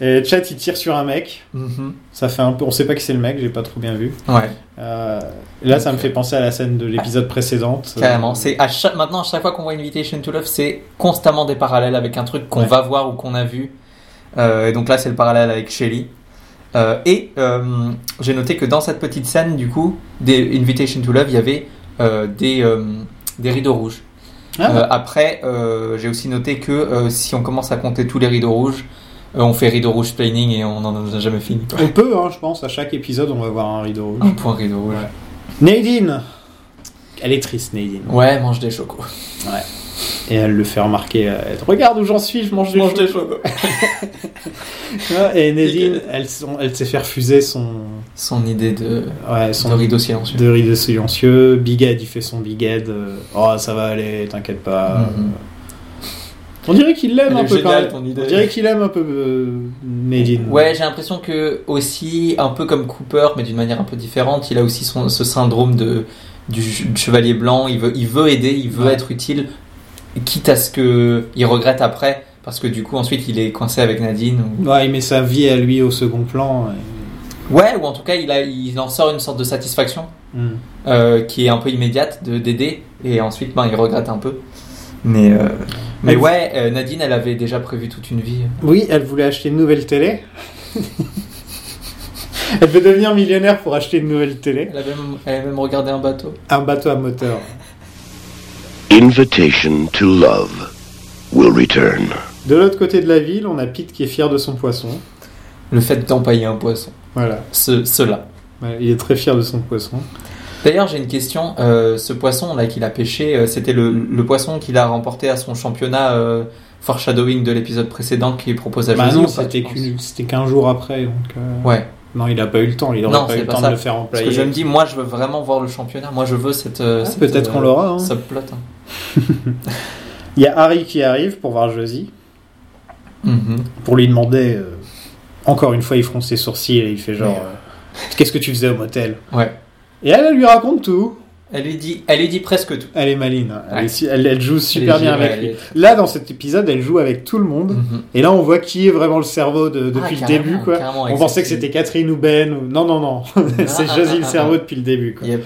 Et Chet, il tire sur un mec. Mhm. Ça fait un peu. On sait pas qui c'est le mec, j'ai pas trop bien vu. Ouais, Euh, là, ça me fait penser à la scène de l'épisode Euh, précédent. carrément. C'est à chaque... Maintenant, à chaque fois qu'on voit Invitation to Love, c'est constamment des parallèles avec un truc qu'on Ouais. va voir ou qu'on a vu. Euh, et donc là, c'est le parallèle avec Shelly. Euh, et euh, j'ai noté que dans cette petite scène, du coup, des Invitation to Love, il y avait euh, des, euh, des rideaux rouges. Ah, Euh, après, euh, j'ai aussi noté que euh, si on commence à compter tous les rideaux rouges, euh, on fait rideau rouge planning et on n'en a jamais fini. quoi. On peut, hein, je pense, à chaque épisode, on va voir un rideau rouge. Un point rideau rouge. Nadine Elle est triste, Nadine. Ouais, mange des chocos. Et elle le fait remarquer. euh, Elle, Regarde où j'en suis, je mange du Mange des chocos. chocolat. Et Nadine, elle, son- elle sait faire fuser son, Son idée de, ouais, de son rideau silencieux. de rideau silencieux. Big Ed, il fait son Big Ed. euh, oh, ça va aller, t'inquiète pas. Mhm. On dirait qu'il l'aime Elle un est peu quand géniale, même. ton idée. On dirait qu'il aime un peu euh, Nadine. Ouais, j'ai l'impression que aussi, un peu comme Cooper, mais d'une manière un peu différente, il a aussi son, ce syndrome de du ch- du chevalier blanc. Il veut, il veut aider, il veut Ouais. être utile, quitte à ce que il regrette après, parce que du coup ensuite il est coincé avec Nadine. ou- Ouais, il met sa vie à lui au second plan. Ouais, ou en tout cas, il, a, il en sort une sorte de satisfaction et- Hmm. euh, qui est un peu immédiate de d'aider, et ensuite, ben, il regrette un peu. Mais, euh, mais Elle- ouais, euh, Nadine, elle avait déjà prévu toute une vie. Oui, elle voulait acheter une nouvelle télé. elle veut devenir millionnaire pour acheter une nouvelle télé. Elle avait même, elle avait même regardé un bateau. Un bateau à moteur. Invitation to Love will return. De l'autre côté de la ville, on a Pete qui est fier de son poisson. Le fait d'empailler un poisson. Voilà, Ce, cela. Ouais, il est très fier de son poisson. D'ailleurs, j'ai une question. Euh, ce poisson là qu'il a pêché, euh, c'était le, le poisson qu'il a remporté à son championnat euh, foreshadowing de l'épisode précédent qui est proposé à Bah Josie, non, ou pas, c'était tu penses qu'une- c'était qu'un jour après. Donc, euh, Ouais. Non, il a pas eu le temps. Il Non, n'aurait pas c'est eu le pas temps ça. de le faire Parce employer. que je me dis, moi, je veux vraiment voir le championnat. Moi, je veux cette. euh, Ah, cette, Peut-être euh, qu'on l'aura. hein. Subplot. hein. Il y a Harry qui arrive pour voir Josie. Mhm. pour lui demander. euh, encore une fois, il fronce ses sourcils et il fait genre euh, Qu'est-ce que tu faisais au motel Ouais. Et elle, elle lui raconte tout. Elle lui dit, elle lui dit presque tout. Elle est maline. hein. Elle, Ouais. est su- elle- elle joue super Elle lui bien dit, avec ouais, lui. elle est- Là, dans cet épisode, elle joue avec tout le monde. Mhm. Et là, on voit qui est vraiment le cerveau de- Ah, depuis le carrément, début. Quoi. carrément, On avec pensait cette que c'était Catherine ou Ben. Ou... Non, non, non. fille. C'est Ah, Josie ah, le ah, cerveau ah. depuis le début. quoi. Yep.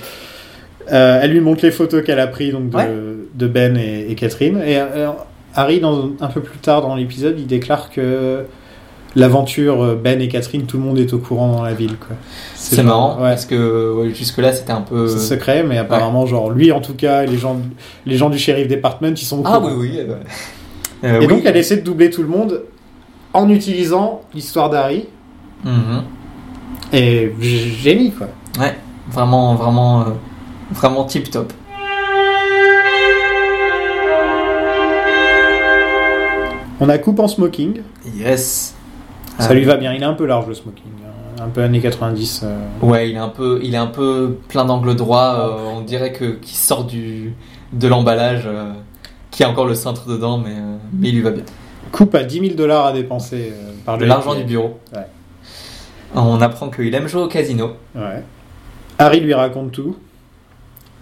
Euh, elle lui montre les photos qu'elle a prises donc, de, Ouais. de Ben et, et Catherine. Et euh, Harry, dans, un peu plus tard dans l'épisode, il déclare que l'aventure euh, Ben et Catherine, tout le monde est au courant dans la ville. quoi. C'est genre- marrant Euh, ouais, parce que ouais, jusque-là c'était un peu. c'est secret, mais apparemment, genre, lui en tout cas, et les gens, les gens du shérif department, ils sont au Ah courant. oui oui. euh, euh, Et oui. donc, elle essaie de doubler tout le monde en utilisant l'histoire d'Harry. Mhm. Et g- génie, quoi. Vraiment vraiment euh, vraiment tip top. On a Coupe en smoking. Yes. Ça Ah. lui va bien. Il est un peu large, le smoking. hein. Un peu années 90. euh. Ouais, il est un peu il est un peu plein d'angles droits. euh, on dirait que qui sort du de l'emballage. euh, qui a encore le cintre dedans, mais, euh, mais il lui va bien. Coupe à 10 000 dollars à dépenser euh, par De le l'argent du FBI. bureau. Ouais. On apprend qu'il aime jouer au casino. Ouais. Harry lui raconte tout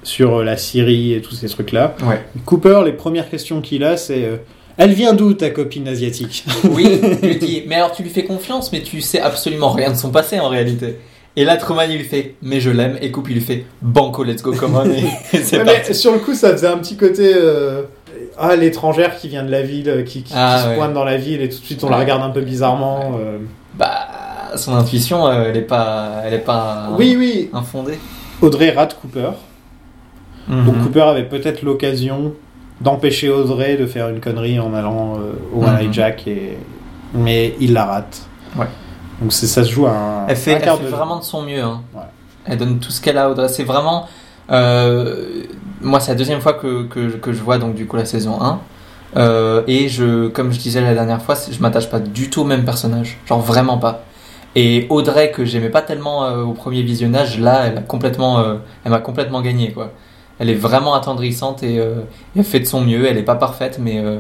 sur euh, la Syrie et tous ces trucs-là. Ouais. Cooper, les premières questions qu'il a, c'est euh, Elle vient d'où ta copine asiatique Oui, je lui dis, mais alors tu lui fais confiance, mais tu sais absolument rien de son passé en réalité. Et là, Truman, il lui fait, mais je l'aime, et Coupe, il lui fait, banco, let's go, come on, et et c'est Ouais, parti. mais Sur le coup, ça faisait un petit côté euh, Ah, l'étrangère qui vient de la ville, euh, qui, qui- qui Ah, se ouais. pointe dans la ville, et tout de suite on la Ouais. regarde un peu bizarrement. euh. Bah, son intuition, euh, elle est pas, elle est pas Oui, oui infondée. Audrey rate Cooper. Donc Mhm. Cooper avait peut-être l'occasion d'empêcher Audrey de faire une connerie en allant euh, au Mhm. One Eye Jack, et... mais il la rate. Ouais. Donc c'est- ça se joue à un, Elle fait, un elle quart fait de jeu. vraiment de son mieux. hein. Ouais. Elle donne tout ce qu'elle a. Audrey. C'est vraiment. euh, moi, c'est la deuxième fois que, que, je- que je vois donc du coup la saison 1. Euh, et je, comme je disais la dernière fois, c'est- je m'attache pas du tout au même personnage. Genre vraiment pas. Et Audrey que j'aimais pas tellement euh, au premier visionnage, là, elle a complètement, euh, elle m'a complètement gagné quoi. Elle est vraiment attendrissante et euh, elle fait de son mieux. Elle n'est pas parfaite, mais, euh,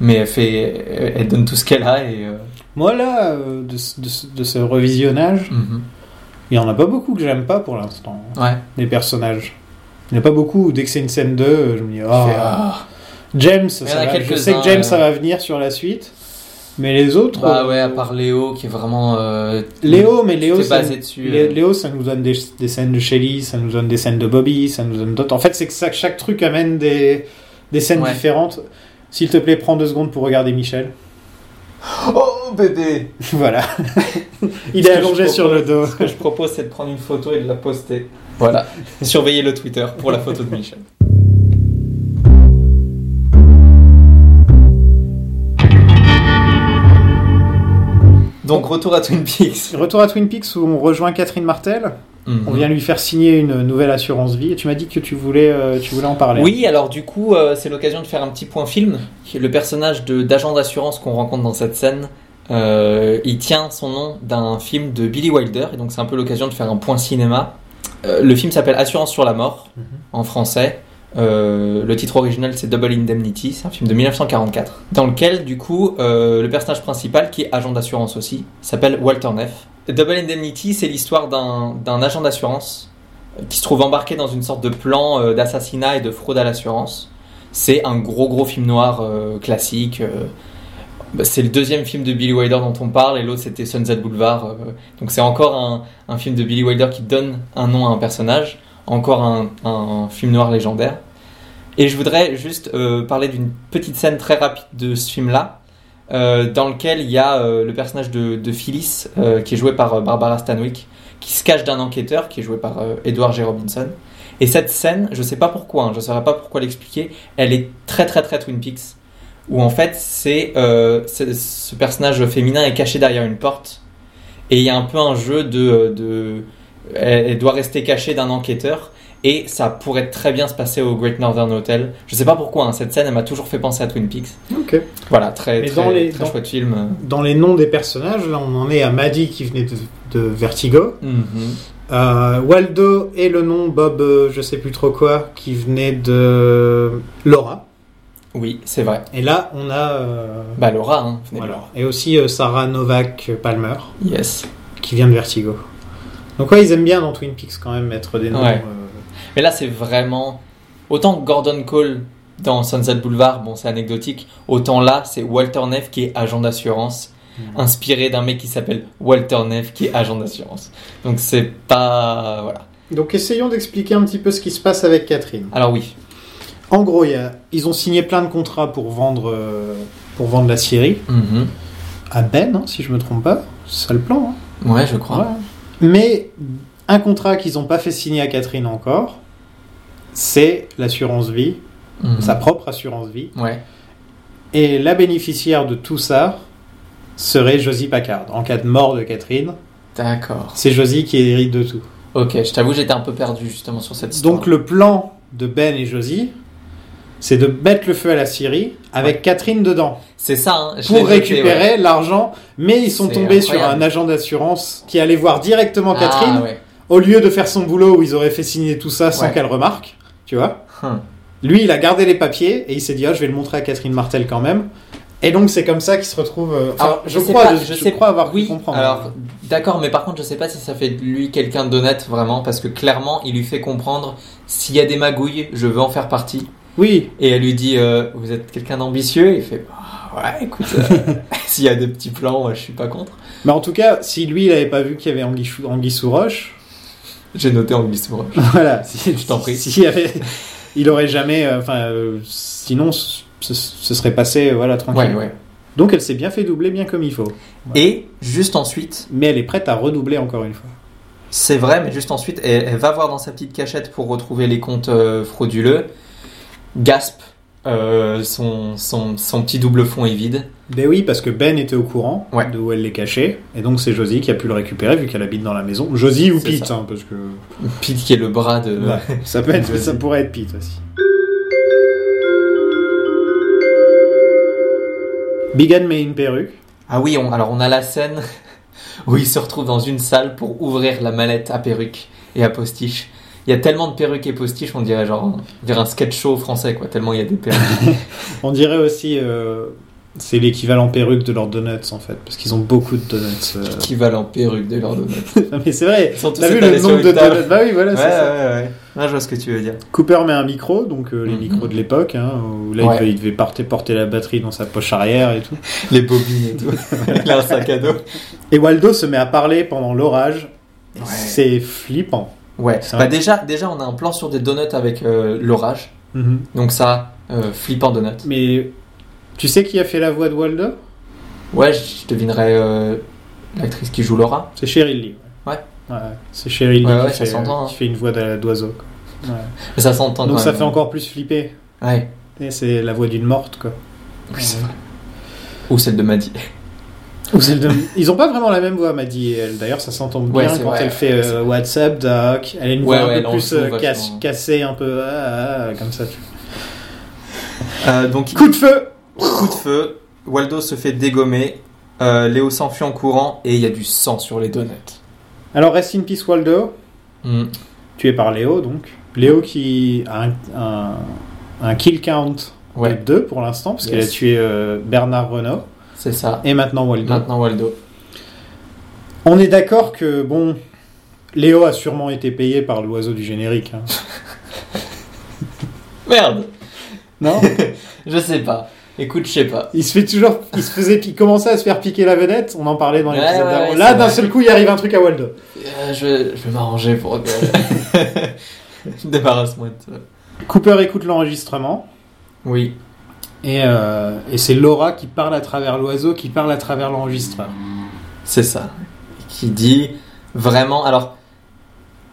mais elle, fait, elle donne tout ce qu'elle a. Et, euh, Moi, là, euh, de, ce- de ce- de ce revisionnage, mhm. il y en a pas beaucoup que j'aime pas pour l'instant, Ouais. les personnages. Il n'y en a pas beaucoup. où Dès que c'est une scène 2, euh, je me dis, Elle oh, fait, ah. James, ça Il y en a va- je quelques-uns, sais que James, euh, ça va venir sur la suite. Mais les autres. Bah euh, ouais, à part Léo qui est vraiment. euh, Léo, mais Léo, t'es ça, basé dessus, Lé- euh. Léo, ça nous donne des, des scènes de Shelly, ça nous donne des scènes de Bobby, ça nous donne d'autres. En fait, c'est que ça- chaque truc amène des, des scènes Ouais. différentes. S'il te plaît, prends deux secondes pour regarder Michel. Oh bébé voilà. Il est Ce que je allongé sur le dos. Ce que je propose, c'est de prendre une photo et de la poster. Voilà. Surveillez le Twitter pour la photo de Michel. Donc retour à Twin Peaks. Retour à Twin Peaks où on rejoint Catherine Martel. Mhm. On vient lui faire signer une nouvelle assurance vie. Et tu m'as dit que tu voulais, euh, tu voulais en parler. Oui, alors du coup, euh, c'est l'occasion de faire un petit point film. Le personnage de- d'agent d'assurance qu'on rencontre dans cette scène, euh, il tient son nom d'un film de Billy Wilder, et donc c'est un peu l'occasion de faire un point cinéma. Euh, le film s'appelle Assurance sur la mort, en français. Euh, le titre original c'est Double Indemnity, c'est un film de 1944, dans lequel du coup euh, le personnage principal, qui est agent d'assurance aussi, s'appelle Walter Neff. Double Indemnity c'est l'histoire d'un d'un agent d'assurance qui se trouve embarqué dans une sorte de plan euh, d'assassinat et de fraude à l'assurance. C'est un gros gros film noir euh, classique. euh, bah, c'est le deuxième film de Billy Wilder dont on parle et l'autre c'était Sunset Boulevard. euh, donc c'est encore un, un film de Billy Wilder qui donne un nom à un personnage, encore un, un film noir légendaire. Et je voudrais juste euh, parler d'une petite scène très rapide de ce film-là, euh, dans lequel il y a euh, le personnage de, de Phyllis, euh, qui est joué par euh, Barbara Stanwyck, qui se cache d'un enquêteur qui est joué par euh, Edward J. Robinson. Et cette scène, je sais pas pourquoi, hein, je ne saurais pas pourquoi l'expliquer, elle est très très très Twin Peaks, où en fait c'est euh, c'est- ce personnage féminin est caché derrière une porte, et il y a un peu un jeu de, de elle, elle doit rester cachée d'un enquêteur, et ça pourrait très bien se passer au Great Northern Hotel. Je sais pas pourquoi, hein, cette scène elle m'a toujours fait penser à Twin Peaks. Ok. Voilà, très Mais très, dans les- très dans- chouette film. Dans les noms des personnages, là, on en est à Maddy qui venait de, de Vertigo. Mhm. Euh, Waldo et le nom Bob, euh, je sais plus trop quoi, qui venait de Laura. Oui, c'est vrai. Et là, on a. euh, Bah Laura, hein, venez de voilà. Laura. Et aussi euh, Sarah Novak Palmer, Yes. qui vient de Vertigo. Donc, ouais, ils aiment bien dans Twin Peaks quand même mettre des noms. Ouais. euh, Mais là, c'est vraiment. Autant Gordon Cole dans Sunset Boulevard, bon, c'est anecdotique, autant là, c'est Walter Neff qui est agent d'assurance, inspiré d'un mec qui s'appelle Walter Neff qui est agent d'assurance. Donc c'est pas. Voilà. Donc, essayons d'expliquer un petit peu ce qui se passe avec Catherine. Alors oui. En gros, il y a- ils ont signé plein de contrats pour vendre, euh, pour vendre la série Mhm. à Ben, hein, si je me trompe pas. C'est ça le plan. hein. Ouais, je crois. Voilà. Mais un contrat qu'ils n'ont pas fait signer à Catherine encore, c'est l'assurance vie, Mhm. sa propre assurance vie. Ouais. Et la bénéficiaire de tout ça serait Josie Packard. En cas de mort de Catherine, D'accord. c'est Josie qui hérite de tout. Ok, je t'avoue, j'étais un peu perdu justement sur cette histoire. Donc le plan de Ben et Josie, c'est de mettre le feu à la Syrie avec Catherine dedans C'est ça, hein. je pour l'ai noté, ouais. récupérer l'argent. Mais ils sont C'est tombés sur incroyable. un agent d'assurance qui allait voir directement Catherine. Ah, ouais. au lieu de faire son boulot où ils auraient fait signer tout ça sans Ouais. qu'elle remarque, tu vois. Hmm. Lui, il a gardé les papiers et il s'est dit, ah, je vais le montrer à Catherine Martel quand même. Et donc, c'est comme ça qu'il se retrouve. euh, enfin, Alors, je, sais crois, pas, je, je crois avoir oui, pu comprendre. Alors, d'accord, mais par contre, je sais pas si ça fait de lui quelqu'un d'honnête vraiment, parce que clairement, il lui fait comprendre s'il y a des magouilles, je veux en faire partie. Oui, Et elle lui dit, euh, vous êtes quelqu'un d'ambitieux. Et il fait, Ah, ouais, écoute, euh, s'il y a des petits plans, ouais, je suis pas contre. mais en tout cas, si lui, il n'avait pas vu qu'il y avait Anguille, Chou- Anguille sous roche, J'ai noté en glissement. voilà. Si, Je t'en prie. s'il y avait- il aurait jamais. euh, Enfin, euh, sinon, ce, ce- ce serait passé, euh, voilà, tranquille. Ouais, ouais. Donc, elle s'est bien fait doubler, bien comme il faut. Et juste ensuite, Mais elle est prête à redoubler encore une fois. C'est vrai, mais juste ensuite, elle, elle va voir dans sa petite cachette pour retrouver les comptes euh, frauduleux. Gasp, euh, son, son, son petit double fond est vide. Ben oui, parce que Ben était au courant Ouais. de où elle les cachait, et donc c'est Josie qui a pu le récupérer vu qu'elle habite dans la maison. Josie ou C'est Pete, ça. hein, parce que Pete qui est le bras de... Ouais, ça peut être, ça Josie. pourrait être Pete aussi. Bigan met une perruque. Ah oui, on- alors on a la scène où il se retrouve dans une salle pour ouvrir la mallette à perruque et à postiche. Il y a tellement de perruques et postiches, on dirait genre, on dirait un sketch show français, quoi. Tellement il y a des perruques. On dirait aussi, euh, c'est l'équivalent perruque de leurs donuts en fait, parce qu'ils ont beaucoup de donuts. euh. qui valent en perruque de leur domaine. Non, mais c'est vrai. Ils sont tous T'as vu étalés le sur nombre une de table. donuts Bah oui, voilà, Ouais, c'est ça. ouais, ouais. Non, je vois ce que tu veux dire. Cooper met un micro, donc euh, les Mhm. micros de l'époque, hein, où là il Ouais. devait- il devait porter, porter la batterie dans sa poche arrière et tout. Les bobines et tout. il a un sac à dos. Et Waldo se met à parler pendant l'orage. Ouais. C'est flippant. Ouais. C'est Bah vrai. déjà, déjà, on a un plan sur des donuts avec euh, l'orage. Mhm. Donc ça, euh, flippant donut. Mais tu sais qui a fait la voix de Waldo Ouais, je je devinerais euh, l'actrice qui joue Laura. C'est Cheryl Lee. Ouais. c'est Cheryl Lee Ouais, ouais, qui, ça fait, s'entend, hein. qui fait une voix d'a- d'oiseau. quoi. Ouais. Mais ça s'entend. Donc quand ça même. fait encore plus flipper. Ouais. Et c'est la voix d'une morte, quoi. Oui, c'est vrai. Ou celle de Maddy. Ou celle de- Ils ont pas vraiment la même voix, Maddy et elle. D'ailleurs, ça s'entend Ouais, bien c'est quand vrai. elle fait euh, What's up, Doc. Elle a une voix Ouais, un ouais, elle peu en plus joue euh, casse- vachement. cassée, un peu ah, ah, ah, comme ça. tu- Euh, donc Coup de feu coup de feu, Waldo se fait dégommer, euh, Léo s'enfuit en courant et il y a du sang sur les donuts. Alors, rest in peace, Waldo. Hmm. Tué par Léo, donc. Léo qui a un, un- un kill count de Ouais, 2 pour l'instant, parce qu'elle a Yes. tué euh, Bernard Renault c'est ça. et maintenant Waldo. Maintenant Waldo. On est d'accord que, bon, Léo a sûrement été payé par l'oiseau du générique. hein. Merde, Non je sais pas. Écoute, je sais pas. Il se fait toujours, il se faisait, il commençait à se faire piquer la vedette. On en parlait dans Ouais, l'épisode ouais, d'avant. ouais, Là, c'est d'un vrai. seul coup, il arrive un truc à Waldo. Euh, je, je vais m'arranger pour que... Débarrasse-moi de ça. Cooper écoute l'enregistrement Oui, et, euh, et c'est Laura qui parle à travers l'oiseau, qui parle à travers l'enregistreur. c'est ça. Qui dit vraiment... Alors,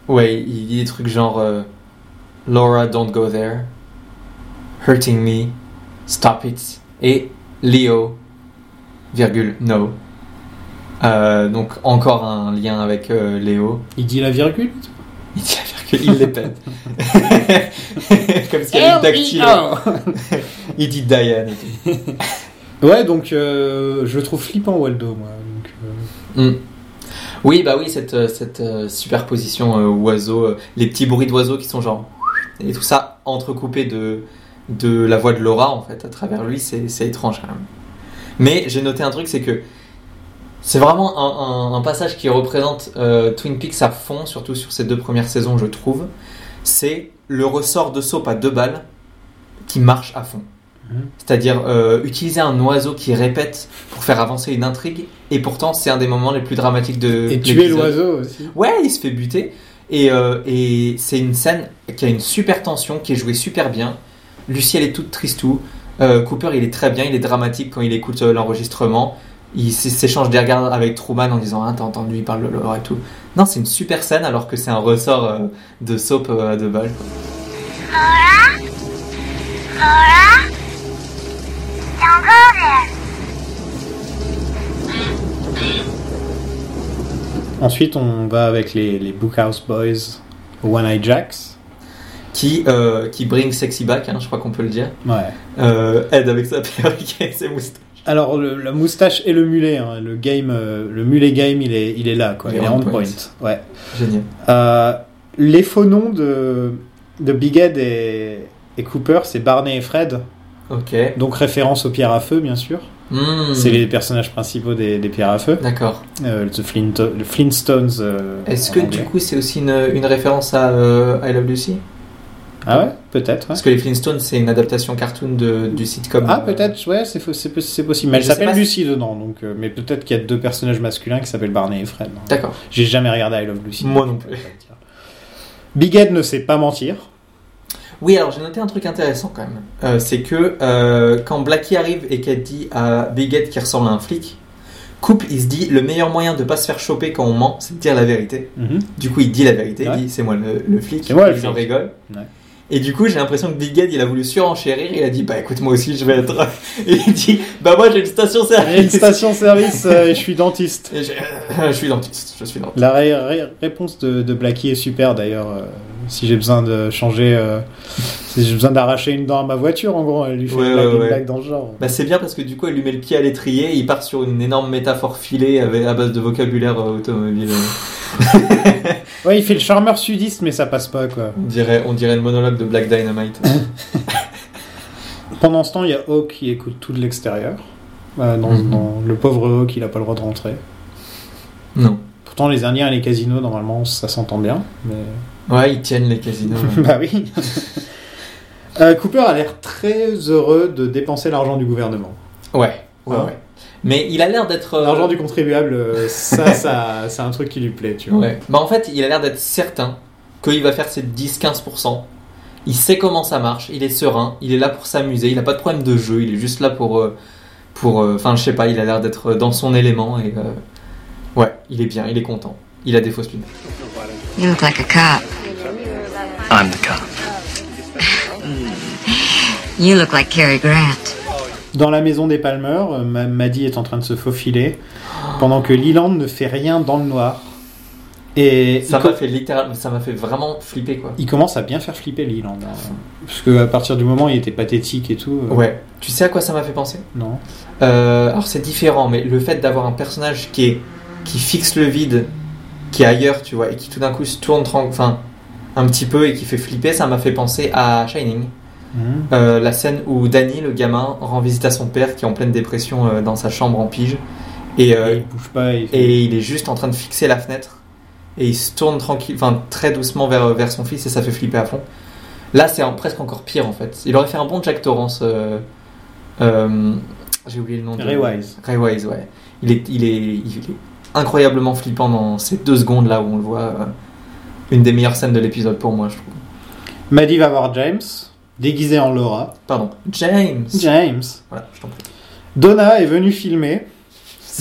ouais, il dit des trucs genre... euh, Laura, don't go there. Hurting me. Stop it. Et Leo, virgule, no. Euh, donc encore un lien avec euh, Léo. Il dit la virgule. Il dit la virgule, il les pète. Comme s'il y avait une dactylo. Il dit Diane. et tout. Ouais, donc euh, je le trouve flippant Waldo, moi. Donc, euh, Oui, bah oui, cette, euh, cette euh, superposition euh, oiseau, euh, les petits bruits d'oiseaux qui sont genre... Et tout ça entrecoupé de, de la voix de Laura, en fait, à travers lui, c'est c'est étrange quand même. Mais j'ai noté un truc, c'est que c'est vraiment un, un- un passage qui représente euh, Twin Peaks à fond, surtout sur ces deux premières saisons, je trouve. C'est le ressort de soap à deux balles qui marche à fond. Mhm. C'est-à-dire euh, utiliser un oiseau qui répète pour faire avancer une intrigue, et pourtant c'est un des moments les plus dramatiques de et de tuer l'épisode. l'oiseau aussi. Ouais, il se fait buter. Et, euh, et c'est une scène qui a une super tension, qui est jouée super bien. Lucie, elle est toute tristou. Euh, Cooper, il est très bien, il est dramatique quand il écoute euh, l'enregistrement. Il s- s'échange des regards avec Truman en disant Ah, t'as entendu, il parle de l'or et tout. Non, c'est une super scène alors que c'est un ressort euh, de soap euh, à deux balles. Laura? Laura? Don't go there. Ensuite, on va avec les, les Bookhouse Boys, One Eye Jacks. Qui, euh, qui bring sexy back, hein, je crois qu'on peut le dire. Ouais. Euh, aide avec sa perruque et ses moustaches. Alors le, la moustache et le mulet, hein, le game, euh, le mulet game, il est, il est là, quoi. Il, est on point. Ouais. Génial. Euh, les faux noms de, de Big Ed et, et Cooper, c'est Barney et Fred. Ok. Donc référence aux pierres à feu, bien sûr. Hmm. C'est les personnages principaux des, des pierres à feu. D'accord. Euh, the Flint- le Flintstones. euh, Est-ce en que anglais. du coup c'est aussi une, une référence à euh, I Love Lucy Ah ouais, peut-être. ouais. Parce que les Flintstones c'est une adaptation cartoon de, du sitcom. Ah euh, peut-être, ouais, c'est faux- c'est possi- c'est possible. Mais elle Je sais s'appelle pas si- Lucy dedans, donc. euh, mais peut-être qu'il y a deux personnages masculins qui s'appellent Barney et Fred. hein. D'accord. J'ai jamais regardé I Love Lucy. Moi non plus. Big Ed ne sait pas mentir. Oui, alors j'ai noté un truc intéressant quand même. Euh, c'est que euh, quand Blackie arrive et qu'elle dit à Big Ed qui ressemble à un flic, Coupe il se dit le meilleur moyen de pas se faire choper quand on ment, c'est de dire la vérité. Mhm. Du coup, il dit la vérité, Ouais. il dit c'est moi le, le flic, C'est moi le ils en flic. rigolent. Ouais. Et du coup, j'ai l'impression que Big Ed il a voulu surenchérir, il a dit bah écoute, moi aussi je vais être. Et il dit bah moi j'ai une station J'ai une service. station service euh, et je suis dentiste. Et je, je suis dentiste, je suis dentiste. La ré- ré- réponse de, de Blackie est super d'ailleurs. euh, si j'ai besoin de changer, euh, si j'ai besoin d'arracher une dent à ma voiture, en gros, elle lui fait Ouais, une, blague, ouais, une ouais. blague dans le genre. Bah c'est bien parce que du coup elle lui met le pied à l'étrier, il part sur une énorme métaphore filée avec, à base de vocabulaire euh, automobile. Ouais, il fait le charmeur sudiste, mais ça passe pas, quoi. On dirait, on dirait le monologue de Black Dynamite. Pendant ce temps, il y a Hawk qui écoute tout de l'extérieur. Euh, dans- Mhm. dans- le pauvre Hawk, il a pas le droit de rentrer. non. Pourtant, les Indiens et les casinos, normalement, ça s'entend bien. Mais... Ouais, ils tiennent les casinos. bah oui. Euh, Cooper a l'air très heureux de dépenser l'argent du gouvernement. ouais, ouais, Hein ouais. Mais il a l'air d'être. euh, L'argent du contribuable, euh, ça, ça c'est un truc qui lui plaît, tu vois. Ouais. Bah en fait, il a l'air d'être certain qu'il va faire ses 10-15%. Il sait comment ça marche, il est serein, il est là pour s'amuser, il n'a pas de problème de jeu, il est juste là pour. euh, pour euh, Enfin, je sais pas, il a l'air d'être dans son élément et. euh, ouais, il est bien, il est content. Il a des fausses lunettes. You look like a cop. I'm the cop. You look like Cary Grant. Dans la maison des Palmer, euh, Ma- Maddy est en train de se faufiler, pendant que Leland ne fait rien dans le noir. Et Ça il, co- m'a fait littéralement. Ça m'a fait vraiment flipper quoi. il commence à bien faire flipper Leland. hein. Parce que à partir du moment où il était pathétique et tout. euh, Ouais. Tu sais à quoi ça m'a fait penser Non. Euh, alors c'est différent, mais le fait d'avoir un personnage qui est qui fixe le vide, qui est ailleurs, tu vois, et qui tout d'un coup se tourne tran- enfin un petit peu et qui fait flipper, ça m'a fait penser à Shining, Mhm. Euh, la scène où Danny, le gamin, rend visite à son père qui est en pleine dépression euh, dans sa chambre en pige, et, euh, Et il bouge pas. il fait- et il est juste en train de fixer la fenêtre, et il se tourne tranquille, enfin très doucement vers vers son fils et ça fait flipper à fond. Là c'est en- presque encore pire en fait. Il aurait fait un bon Jack Torrance. euh, euh, j'ai oublié le nom. de- Ray Wise. Ray Wise, ouais. Il est, il est, il est incroyablement flippant dans ces deux secondes là où on le voit. euh, une des meilleures scènes de l'épisode pour moi, je trouve. Maddy va voir James, déguisé en Laura. Pardon, James. James. Voilà, je t'en prie. Donna est venue filmer,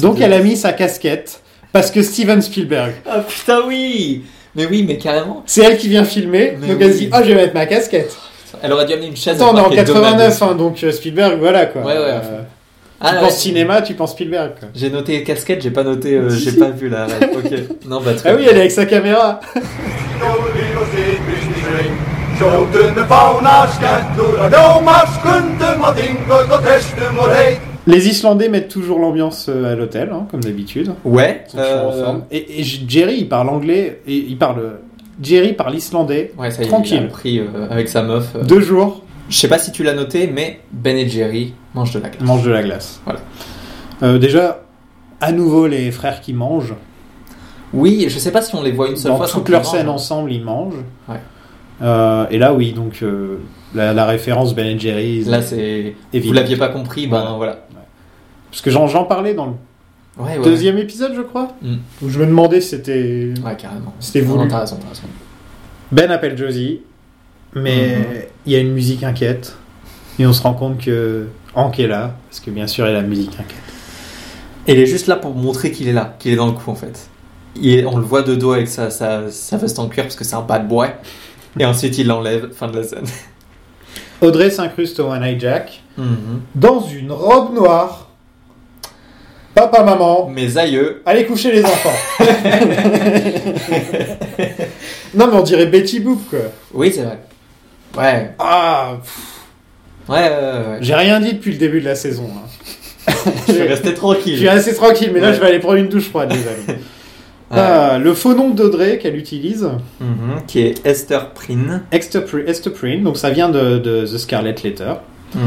donc elle a mis sa casquette parce que Steven Spielberg. Ah putain oui. Mais oui, mais carrément. C'est elle qui vient filmer, Mais donc elle se oui. dit oh je vais mettre ma casquette. Elle aurait dû amener une chaise. Attends, on est en marquée Donald. 89, hein, donc euh, Spielberg, voilà quoi. Ouais, ouais, Euh, à fond. tu Ah, penses ouais. cinéma, tu penses Spielberg. Quoi. J'ai noté casquette, j'ai pas noté, euh, j'ai pas vu la. la- Ok. Non bah. très Ah oui, bien. elle est avec sa caméra. Les Islandais mettent toujours l'ambiance euh, à l'hôtel, hein, comme d'habitude. Ouais. Ils sont toujours euh, ensemble. Et, et Jerry, il parle anglais, et il parle. Jerry parle islandais. Ouais, ça y est, Tranquille. il a pris euh, avec sa meuf. euh. Deux jours, Je sais pas si tu l'as noté, mais Ben et Jerry mangent de la glace. mange de la glace. Voilà. Euh, déjà, à nouveau, les frères qui mangent. Oui, je sais pas si on les voit une seule Dans fois. toute leur simplement. scène ensemble, ils mangent. hein. Ouais. Euh, et là, oui, donc euh, la, la référence Ben Jerry's. Là, c'est. Vous évidente. l'aviez pas compris, ben Ouais. voilà. Parce que j'en j'en parlais dans le Ouais, ouais. deuxième épisode, je crois, Mm. où je me demandais si c'était. Ouais, carrément. C'était Non, voulu. non, T'as raison, t'as raison. Ben appelle Josie, mais Mhm. il y a une musique inquiète. Et on se rend compte que Hank est là, parce que bien sûr, il y a la musique inquiète. Et il est juste là pour montrer qu'il est là, qu'il est dans le coup en fait. Il est- on le voit de dos avec sa, sa, sa veste en cuir parce que c'est un bad boy. Et ensuite il l'enlève, fin de la scène. Audrey s'incruste au One Eye Jack Mhm. dans une robe noire. Papa, maman, Mes aïeux. Allez coucher les enfants. non mais on dirait Betty Boop quoi. Oui, c'est vrai. Ouais, Ah, pff, ouais, ouais, ouais. j'ai rien dit depuis le début de la saison. hein. Je vais rester Je suis tranquille. assez tranquille, mais là Ouais. je vais aller prendre une douche froide les amis. Ouais. Ah, le faux nom d'Audrey qu'elle utilise, Mhm, Qui est Esther Prynne. Estepr- Esteprin, donc ça vient de, de The Scarlet Letter Mhm.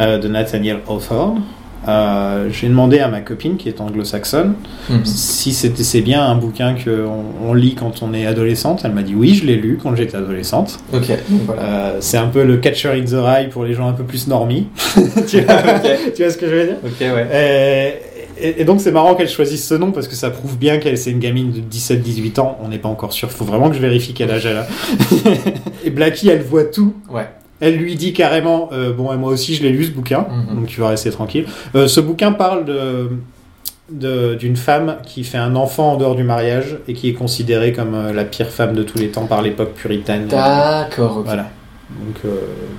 euh, de Nathaniel Hawthorne. Euh, j'ai demandé à ma copine qui est anglo-saxonne Mhm. si c'était c'est bien un bouquin qu'on on lit quand on est adolescente. Elle m'a dit oui, je l'ai lu quand j'étais adolescente. Ok, donc voilà. Euh, c'est un peu le catcher in the rye pour les gens un peu plus normies. tu, vois, Ok. tu vois ce que je veux dire Ok, ouais. Euh, et, et donc c'est marrant qu'elle choisisse ce nom parce que ça prouve bien qu'elle c'est une gamine de 17-18 ans. On n'est pas encore sûr. Faut vraiment que je vérifie quel âge elle a. et Blackie, elle voit tout. Ouais. Elle lui dit carrément euh, bon et moi aussi je l'ai lu ce bouquin. Mhm. Donc tu vas rester tranquille. Euh, ce bouquin parle de de- d'une femme qui fait un enfant en dehors du mariage et qui est considérée comme euh, la pire femme de tous les temps par l'époque puritaine. D'accord, ok. Voilà. Donc euh,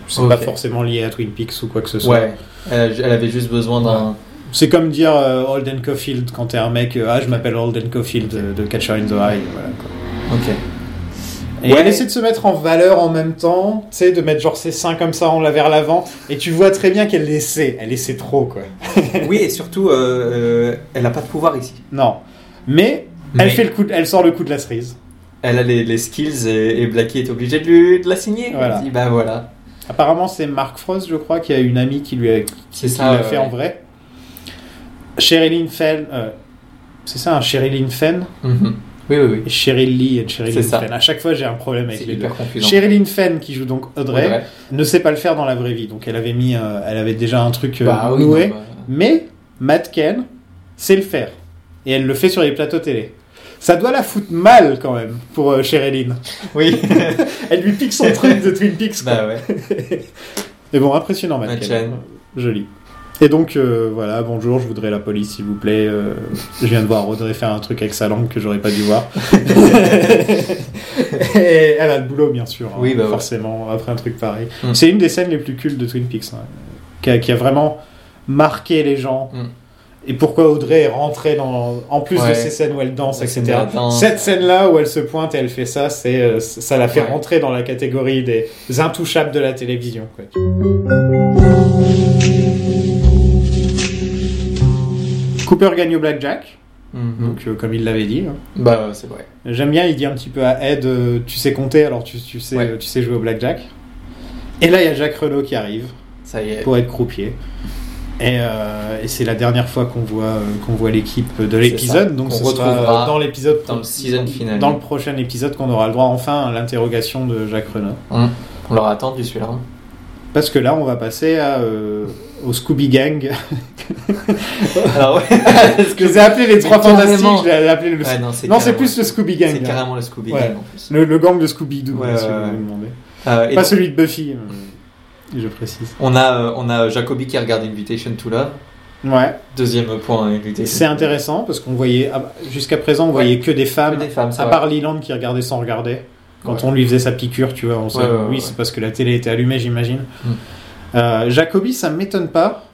c'est Ok. pas forcément lié à Twin Peaks ou quoi que ce soit. Ouais, elle, a- elle avait juste besoin d'un. C'est comme dire euh, Holden Caulfield quand t'es un mec, euh, ah je m'appelle Holden Caulfield euh, de Catcher in the Eye. Voilà, quoi. Ok. Et Ouais. elle essaie de se mettre en valeur en même temps, tu sais, de mettre genre ses seins comme ça en la vers l'avant, et tu vois très bien qu'elle l'essaie, elle essaie trop quoi. Oui, et surtout, euh, euh, elle n'a pas de pouvoir ici. Non. Mais, Mais- elle fait le coup, de- elle sort le coup de la cerise. elle a les, les skills et, et Blackie est obligé de, lui, de la signer. Voilà. Il dit, bah voilà. Apparemment, c'est Mark Frost, je crois, qui a une amie qui lui a, C'est qui ça, l'a ouais, fait ouais. en vrai. Sherry Lynn Fenn, euh, c'est ça, un Sherry Lynn Fenn Mhm. Oui, oui, oui. et Sherry Lee et Sherry C'est Lynn ça. Fenn. À chaque fois, j'ai un problème C'est avec les deux. hyper confusant. Sherry Lynn Fenn, qui joue donc Audrey, Audrey. ne sait pas le faire dans la vraie vie. Donc, elle avait mis, euh, elle avait déjà un truc euh, Bah oui, noué. non, bah, Mais Matt Ken sait le faire. Et elle le fait sur les plateaux télé. Ça doit la foutre mal quand même pour euh, Sherry Lynn. Oui. Elle lui pique son truc de Twin Peaks. quoi. bah ouais. Mais bon, impressionnant, Matt Matt Ken. Chen. Joli. Et donc, euh, voilà, bonjour, je voudrais la police, s'il vous plaît. Euh, je viens de voir Audrey faire un truc avec sa langue que j'aurais pas dû voir. Et elle a le boulot, bien sûr. hein, Oui, bah ouais. forcément, après un truc pareil. Mm. C'est une des scènes les plus cultes de Twin Peaks, hein, qui, a, qui a vraiment marqué les gens. Mm. Et pourquoi Audrey est rentrée dans. En plus de Ouais. ces scènes où elle danse, La etc. scène de la danse. Cette scène-là où elle se pointe et elle fait ça, c'est, euh, ça la fait Ouais. rentrer dans la catégorie des intouchables de la télévision. quoi. Cooper gagne au blackjack, Mhm. donc euh, comme il l'avait dit. hein. Bah c'est vrai. J'aime bien, il dit un petit peu à Ed, euh, tu sais compter, alors tu, tu sais, Ouais. euh, tu sais jouer au blackjack. Et là, il y a Jacques Renault qui arrive Ça y est. pour être croupier. Et, euh, et c'est la dernière fois qu'on voit, euh, qu'on voit l'équipe de l'épisode, ça, donc qu'on ce sera retrouvera euh, dans l'épisode, dans le season finale. dans le prochain épisode qu'on aura le droit enfin à l'interrogation de Jacques Renault. Mhm. On l'aura attendu celui-là. hein. Parce que là, on va passer à, euh, au Scooby Gang. Ah Alors ouais. Est-ce Je les ai appelés les trois Mais fantastiques, carrément. je les ai appelés le. Ouais, non, c'est non, c'est carrément- plus le Scooby Gang. C'est hein. carrément le Scooby Ouais. Gang en plus. Le, le gang de Scooby-Doo, Ouais, si ouais, vous ouais. me demandez. Euh, et Pas donc, celui de Buffy, euh, je précise. on a euh, on a Jacobi qui regarde Invitation to Love. Ouais, Deuxième point euh, Invitation. c'est intéressant parce qu'on voyait, ah bah, jusqu'à présent, on voyait que des Que femmes, des femmes, c'est à vrai. part Leland qui regardait sans regarder. Quand Ouais. on lui faisait sa piqûre, tu vois, on sait, Ouais, ouais, ouais, oui, ouais. c'est parce que la télé était allumée, j'imagine. Mm. Euh, Jacobi, ça m'étonne pas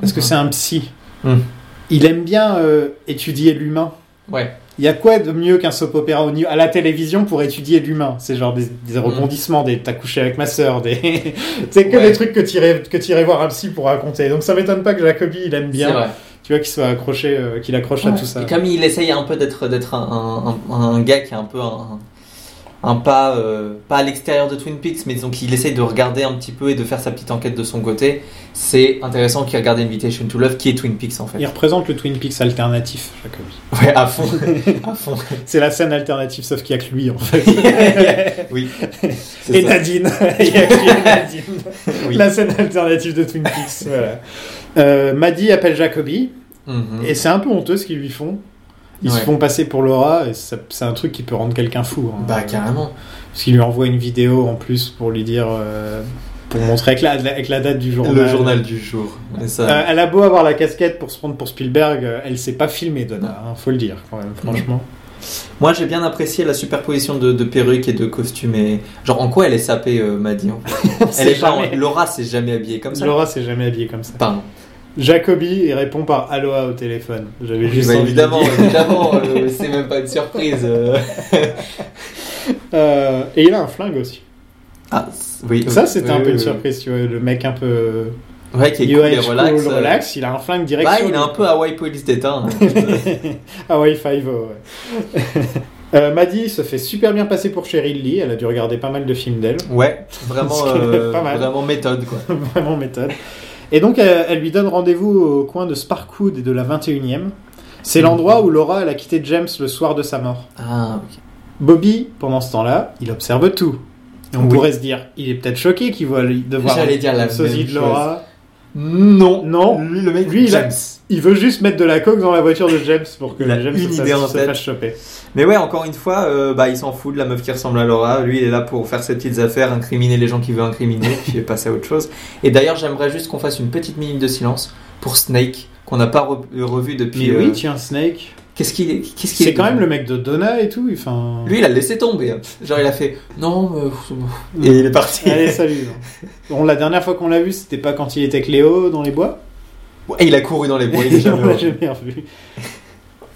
parce que Mhm. c'est un psy. Mm. Il aime bien euh, étudier l'humain. Ouais. Il y a quoi de mieux qu'un soap opéra au niveau- à la télévision pour étudier l'humain C'est genre des, des Mm. rebondissements, des t'as couché avec ma sœur, des. c'est que Ouais. des trucs que t'irais que t'irais voir un psy pour raconter. Donc ça m'étonne pas que Jacobi il aime C'est bien. vrai. Tu vois qu'il soit accroché, euh, qu'il accroche à tout ça. Et comme il essaye un peu d'être d'être un, un- un- un gars qui est un peu un, un pas euh, pas à l'extérieur de Twin Peaks, mais disons qu'il essaye de regarder un petit peu et de faire sa petite enquête de son côté. C'est intéressant qu'il regarde Invitation to Love, qui est Twin Peaks en fait. Il représente le Twin Peaks alternatif, Jacobi. Ouais, à fond, à fond. C'est la scène alternative, sauf qu'il y a que lui en fait. Oui. C'est Et ça. Nadine. Il y a que lui et Nadine. Oui. La scène alternative de Twin Peaks. voilà. Euh, Maddy appelle Jacobi. Mhm. Et c'est un peu honteux ce qu'ils lui font. Ils se Ouais. font passer pour Laura, et ça- c'est un truc qui peut rendre quelqu'un fou. hein. Bah carrément. Parce qu'il lui envoie une vidéo en plus pour lui dire. euh, pour montrer avec la, avec la date du journal. Le journal du jour. Et ça- Euh, elle a beau avoir la casquette pour se prendre pour Spielberg, euh, elle s'est pas filmée, Donna, hein, faut le dire quand même, franchement. Moi j'ai bien apprécié la superposition de, de perruques et de costumes. Et... Genre en quoi elle est sapée, euh, Maddy en fait Elle sait est pas. jamais. en- Laura s'est jamais habillée comme ça. Laura s'est jamais habillée comme ça. Pardon. Jacobi il répond par Aloha au téléphone. J'avais juste Bah, envie de évidemment, dire. évidemment, euh, c'est même pas une surprise. euh. Euh, et il a un flingue aussi. Ah, c- oui. ça oui, c'était oui, un peu oui, une oui. surprise, tu vois, le mec un peu. Ouais, qui est il cool et relax. euh. relax, il a un flingue direct. Bah, sur il est lui. Ah un peu Hawaii Police d'État. hein. Hawaii Five-O, oh, ouais. Euh, Maddy se fait super bien passer pour Cheryl Lee. Elle a dû regarder pas mal de films d'elle. ouais, vraiment, Ce qui est euh, pas mal. vraiment méthode quoi. Vraiment méthode. Et donc, elle, elle lui donne rendez-vous au coin de Sparkwood et de la 21e. C'est Mm. l'endroit où Laura elle a quitté James le soir de sa mort. Ah, ok. Bobby, pendant ce temps-là, il observe tout. Et on Oui. pourrait se dire, il est peut-être choqué qu'il voit lui- de voir J'allais dire la le sosie même de Laura. Non, Non. Lui, le mec, Lui, il a- James. Il veut juste mettre de la coke dans la voiture de James pour que Il a James une se fasse- idée en se tête. fasse choper. Mais ouais, encore une fois, euh, bah, il s'en fout de la meuf qui ressemble à Laura. Lui, il est là pour faire ses petites affaires, incriminer les gens qu'il veut incriminer, puis passer à autre chose. Et d'ailleurs, j'aimerais juste qu'on fasse une petite minute de silence pour Snake, qu'on n'a pas re- revu Mais depuis. euh, oui, tiens, Snake. Qu'est-ce qu'il est Qu'est-ce qu'il C'est est quand même le mec de Donna et tout. Enfin... Lui, il a laissé tomber. hein. Genre, il a fait non. euh, Et il est parti. Allez, salut. Bon, la dernière fois qu'on l'a vu, c'était pas quand il était avec Léo dans les bois Et il a couru dans les bois. Il est jamais On l'a revenu. jamais revu.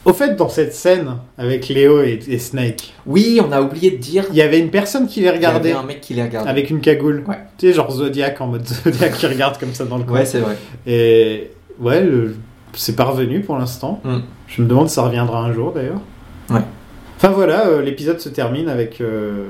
Au fait, dans cette scène avec Léo et, et Snake, Oui, on a oublié de dire. il y avait une personne qui les Regardez. regardait un mec qui les regarde. avec une cagoule. Ouais. Tu sais, genre Zodiac en mode Zodiac qui regarde comme ça dans le coin. Ouais, c'est vrai. Et ouais, le- c'est pas revenu pour l'instant. Mm. Je me demande si ça reviendra un jour d'ailleurs. Ouais. Enfin, Enfin voilà, euh, l'épisode se termine avec. euh,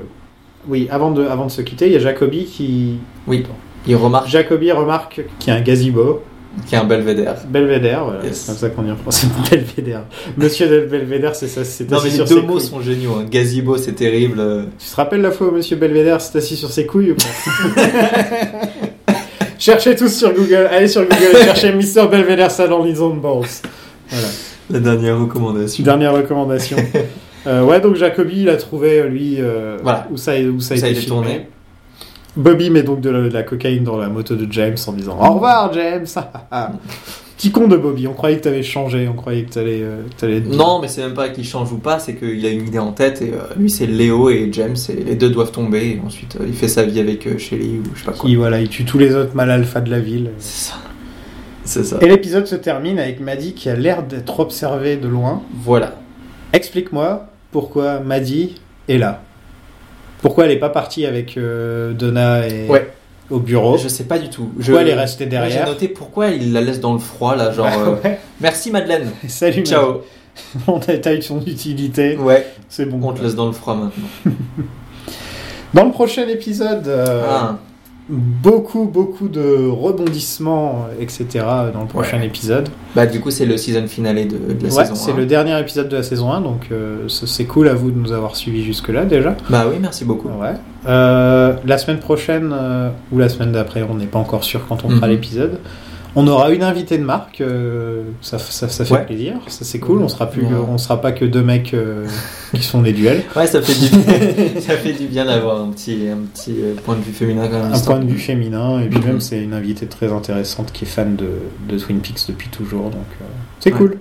Oui, avant de, avant de se quitter, il y a Jacobi qui. Oui, il remarque Jacobi remarque qu'il y a un gazebo, qu'il y a un belvédère. Belvédère, voilà, Yes. c'est comme ça qu'on dit en français, Belvédère. Monsieur de Belvédère, c'est ça, c'est Non, assis mais les sur deux ses mots couilles. sont géniaux. hein. Gazebo, c'est terrible. euh, Tu te rappelles la fois où Monsieur Belvédère s'est assis sur ses couilles ou pas Cherchez tous sur Google, allez sur Google et cherchez Mr. Belvédère Salon His Own Balls. Voilà. La dernière recommandation. Dernière recommandation. Euh, ouais, donc Jacobi, il a trouvé, lui, euh, Voilà. où ça, a- où ça a Ça a été été filmé. tourné. Bobby met donc de la, de la cocaïne dans la moto de James en disant Au revoir, James Petit con de Bobby, on croyait que t'avais changé, on croyait que t'allais. euh, que t'allais- Non, mais c'est même pas qu'il change ou pas, c'est qu'il a une idée en tête et euh, lui c'est Léo et James et les deux doivent tomber et ensuite euh, il fait sa vie avec euh, Shelly ou je sais pas quoi. Qui, voilà, il tue tous les autres mal alpha de la ville. C'est ça. C'est ça. Et l'épisode se termine avec Maddy qui a l'air d'être observée de loin. Voilà. Explique-moi pourquoi Maddy est là. Pourquoi elle n'est pas partie avec euh, Donna et Ouais. au bureau Je sais pas du tout. Je- Oh. Pourquoi elle est restée Moi, J'ai derrière Ah, noté pourquoi il la laisse dans le froid là, genre. euh, Ouais. Merci Madeleine. Salut, Ciao. Maddy. On a taille son utilité. Ouais. C'est bon. On te laisse dans le froid maintenant. Dans le prochain épisode, euh, Ah, beaucoup, beaucoup de rebondissements, euh, etc. dans le prochain épisode. Bah du coup c'est le season finale de, de la ouais, saison. c'est hein. le dernier épisode de la saison 1, donc euh, ce- c'est cool à vous de nous avoir suivis jusque-là déjà. Bah oui, merci beaucoup. Ouais. Euh, la semaine prochaine euh, ou la semaine d'après, on n'est pas encore sûr quand on fera Mhm. l'épisode. On aura une invitée de marque, euh, ça, ça, ça fait Ouais. plaisir, ça c'est cool. On sera plus, Ouais. on sera pas que deux mecs euh, qui sont des duels. Ouais, ça fait du bien, ça fait du bien d'avoir un petit, un petit euh, point de vue féminin quand même. Un point de vue féminin et puis Mhm. même c'est une invitée très intéressante qui est fan de, de Twin Peaks depuis toujours, donc euh, c'est Ouais. cool.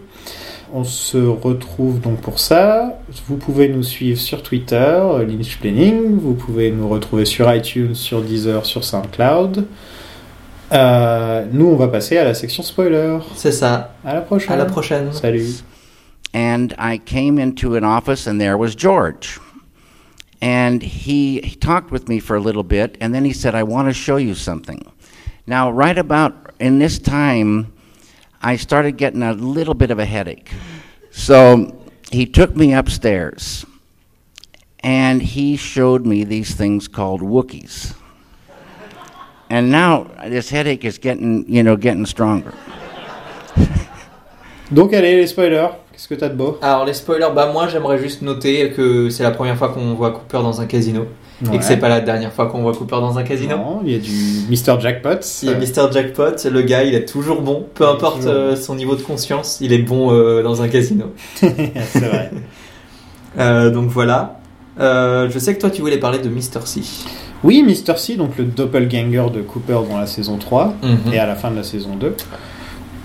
On se retrouve donc pour ça. Vous pouvez nous suivre sur Twitter, euh, Lynch Planning. Vous pouvez nous retrouver sur iTunes, sur Deezer, sur SoundCloud. Euh, nous, on va passer à la section spoiler. C'est ça. À la prochaine. À la prochaine. Salut. and I came into an office, and there was George. And he, he talked with me for a little bit, and then he said, I want to show you something. Now, right about in this time, I started getting a little bit of a headache. So he took me upstairs, and he showed me these things called Wookiees. And now this headache is getting, you know, getting stronger. Donc, allez, les spoilers. Qu'est-ce que t'as de beau Alors les spoilers, bah moi j'aimerais juste noter que c'est la première fois qu'on voit Cooper dans un casino et Ouais. que c'est pas la dernière fois qu'on voit Cooper dans un casino. Non, il y a du Mr. Jackpot. Il y a Mr Jackpot, le gars, il est toujours bon, peu Il est importe toujours euh, son niveau de conscience, il est bon euh, dans un casino. c'est vrai. Euh, donc voilà. Euh, je sais que toi tu voulais parler de Mr C. Oui, Mr. C, donc le doppelganger de Cooper dans la saison 3 et à la fin de la saison 2.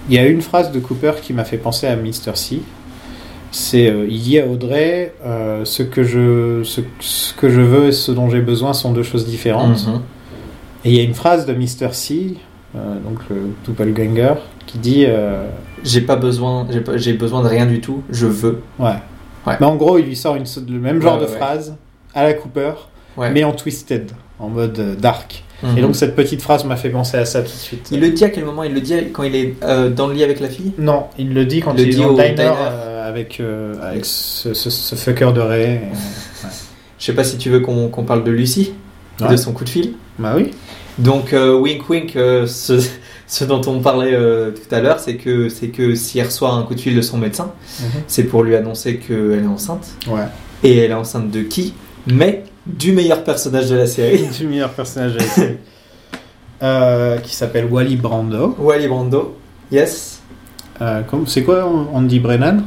Il y a une phrase de Cooper qui m'a fait penser à Mr. C. C'est euh, il dit à Audrey euh, ce, que je, ce, ce que je veux et ce dont j'ai besoin sont deux choses différentes. Mhm. Et il y a une phrase de Mr. C, euh, donc le doppelganger, qui dit euh, J'ai pas besoin, j'ai pas- j'ai besoin de rien du tout, je veux. Ouais. Ouais. Mais en gros, il lui sort une, le même genre Ouais, de ouais, ouais. phrase à la Cooper, Ouais. mais en twisted, en mode euh, dark. Mhm. Et donc cette petite phrase m'a fait penser à ça tout de suite. il le dit à quel moment Il le dit quand il est euh, dans le lit avec la fille Non, il le dit quand Le il dit est dans au le diner, diner. euh, avec, euh, avec ce, ce, ce fucker de Ray. Je sais pas si tu veux qu'on qu'on parle de Lucie, et Ouais. de son coup de fil. bah oui. Donc euh, wink wink, euh, ce, ce dont on parlait euh, tout à l'heure, c'est que c'est que si elle reçoit un coup de fil de son médecin, Mhm. c'est pour lui annoncer qu'elle est enceinte. Ouais. Et elle est enceinte de qui Mais du meilleur personnage de la série, Du meilleur personnage de la série. Euh, qui s'appelle Wally Brando. Wally Brando. Yes. Euh, comme- c'est quoi Andy Brennan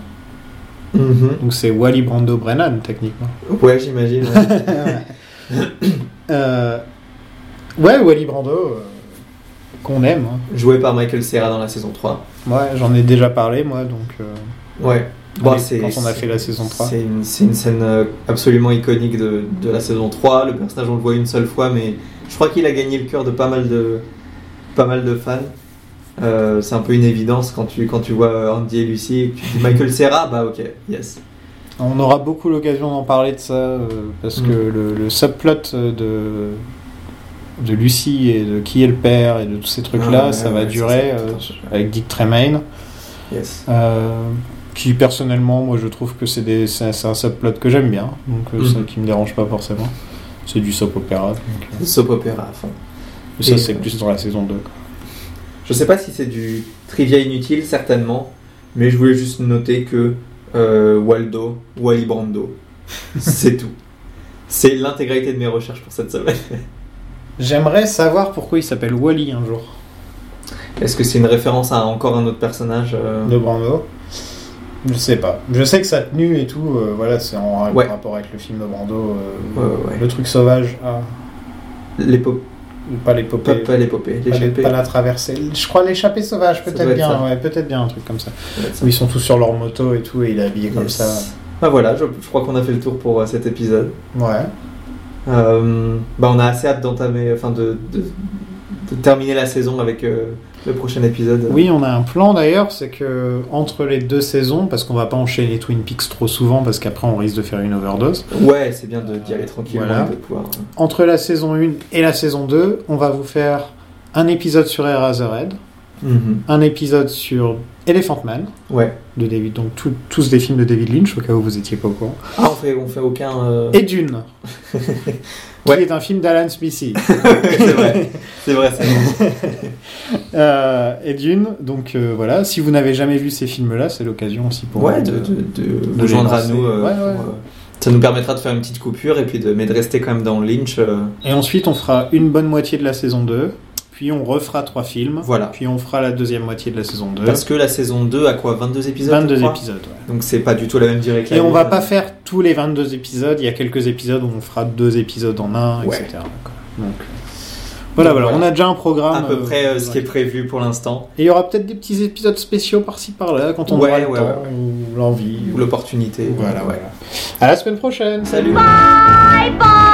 Mhm. Donc c'est Wally Brando Brennan techniquement. Ouais, j'imagine. ouais. Euh, ouais, Wally Brando, euh, qu'on aime. hein. Joué par Michael Serra dans la saison 3. Moi, j'en ai déjà parlé, moi, donc euh, Ouais. on Bah, est- c'est- quand on a c'est- fait la saison 3. C'est une, c'est une scène euh, absolument iconique de, de la saison 3. Le personnage, on le voit une seule fois, mais je crois qu'il a gagné le cœur de pas mal de, pas mal de fans. Euh, c'est un peu une évidence quand tu, quand tu vois Andy et Lucy et que tu dis Michael Serra, bah ok, yes. On aura beaucoup l'occasion d'en parler de ça, euh, parce Mm. que le, le subplot euh, de, de Lucie et de qui est le père et de tous ces trucs-là, Ah, Ouais, Ah, ça ouais, va ouais, durer c'est ça, euh, tout à fait. avec Dick Tremaine. yes. Euh, qui personnellement, moi je trouve que c'est des- c'est un- c'est un subplot que j'aime bien, donc euh, ça Mhm. qui me dérange pas forcément. C'est du soap opéra, donc, euh, Soap opéra à fond. mais ça Et- c'est plus dans la saison 2. quoi. Je sais pas si c'est du trivia inutile, certainement, mais je voulais juste noter que euh, Waldo, Wally Brando, c'est tout. C'est l'intégralité de mes recherches pour cette semaine. J'aimerais savoir pourquoi il s'appelle Wally un jour, Est-ce que c'est une référence à encore un autre personnage euh, de Brando. Je sais pas. Je sais que sa tenue et tout, euh, voilà, c'est en Ouais. rapport avec le film de Brando, euh, Ouais, ouais. le truc sauvage, ah, L'épopée. pas l'épopée. Pas l'épopée, Pas les- l'échappée. pas la traversée. Je crois l'échappée sauvage, Ça doit peut-être être bien, ça. ouais, peut-être bien un truc comme ça. Ça doit être ça. Où ils sont tous sur leur moto et tout, et il est habillé comme Yes. ça. Bah voilà, je, je crois qu'on a fait le tour pour euh, cet épisode. Ouais. Euh, bah on a assez hâte d'entamer, enfin de, de, de terminer la saison avec euh, le prochain épisode. Oui, on a un plan d'ailleurs, c'est que entre les deux saisons, parce qu'on va pas enchaîner Twin Peaks trop souvent, parce qu'après on risque de faire une overdose. Ouais, c'est bien de d'y aller tranquillement Voilà. et de pouvoir. euh, Entre la saison 1 et la saison 2, on va vous faire un épisode sur Eraserhead, mhm. un épisode sur Elephant Man, Ouais. de David, donc tout- tous des films de David Lynch, au cas où vous étiez pas au courant. Ah, on fait, on fait aucun. euh, Et Dune, Ouais. qui est un film d'Alan Smithy. c'est vrai, c'est vrai, c'est vrai. Euh, et Dune, donc euh, voilà, si vous n'avez jamais vu ces films-là, c'est l'occasion aussi pour Ouais, vous de, de- de, de vous joindre à lancer. nous. euh, Ouais, ouais. pour, euh, ça nous permettra de faire une petite coupure et puis de, mais de rester quand même dans Lynch. euh, Et ensuite, on fera une bonne moitié de la saison 2, puis on refera trois films, Voilà. puis on fera la deuxième moitié de la saison 2. Parce que la saison 2 a quoi 22 épisodes 22 je crois épisodes. ouais. Donc c'est pas du tout la même direction. Et on va pas faire tous les 22 épisodes, il y a quelques épisodes où on fera deux épisodes en un, Ouais. etc. quoi. Donc, voilà, Donc, voilà, voilà. on a déjà un programme. à peu euh, près euh, ce ouais. qui est prévu pour l'instant, Et il y aura peut-être des petits épisodes spéciaux par-ci par-là, quand on Ouais, aura le ouais, temps, ouais, ou l'envie. ou l'opportunité. Voilà, voilà. À la semaine prochaine! Salut Bye bye.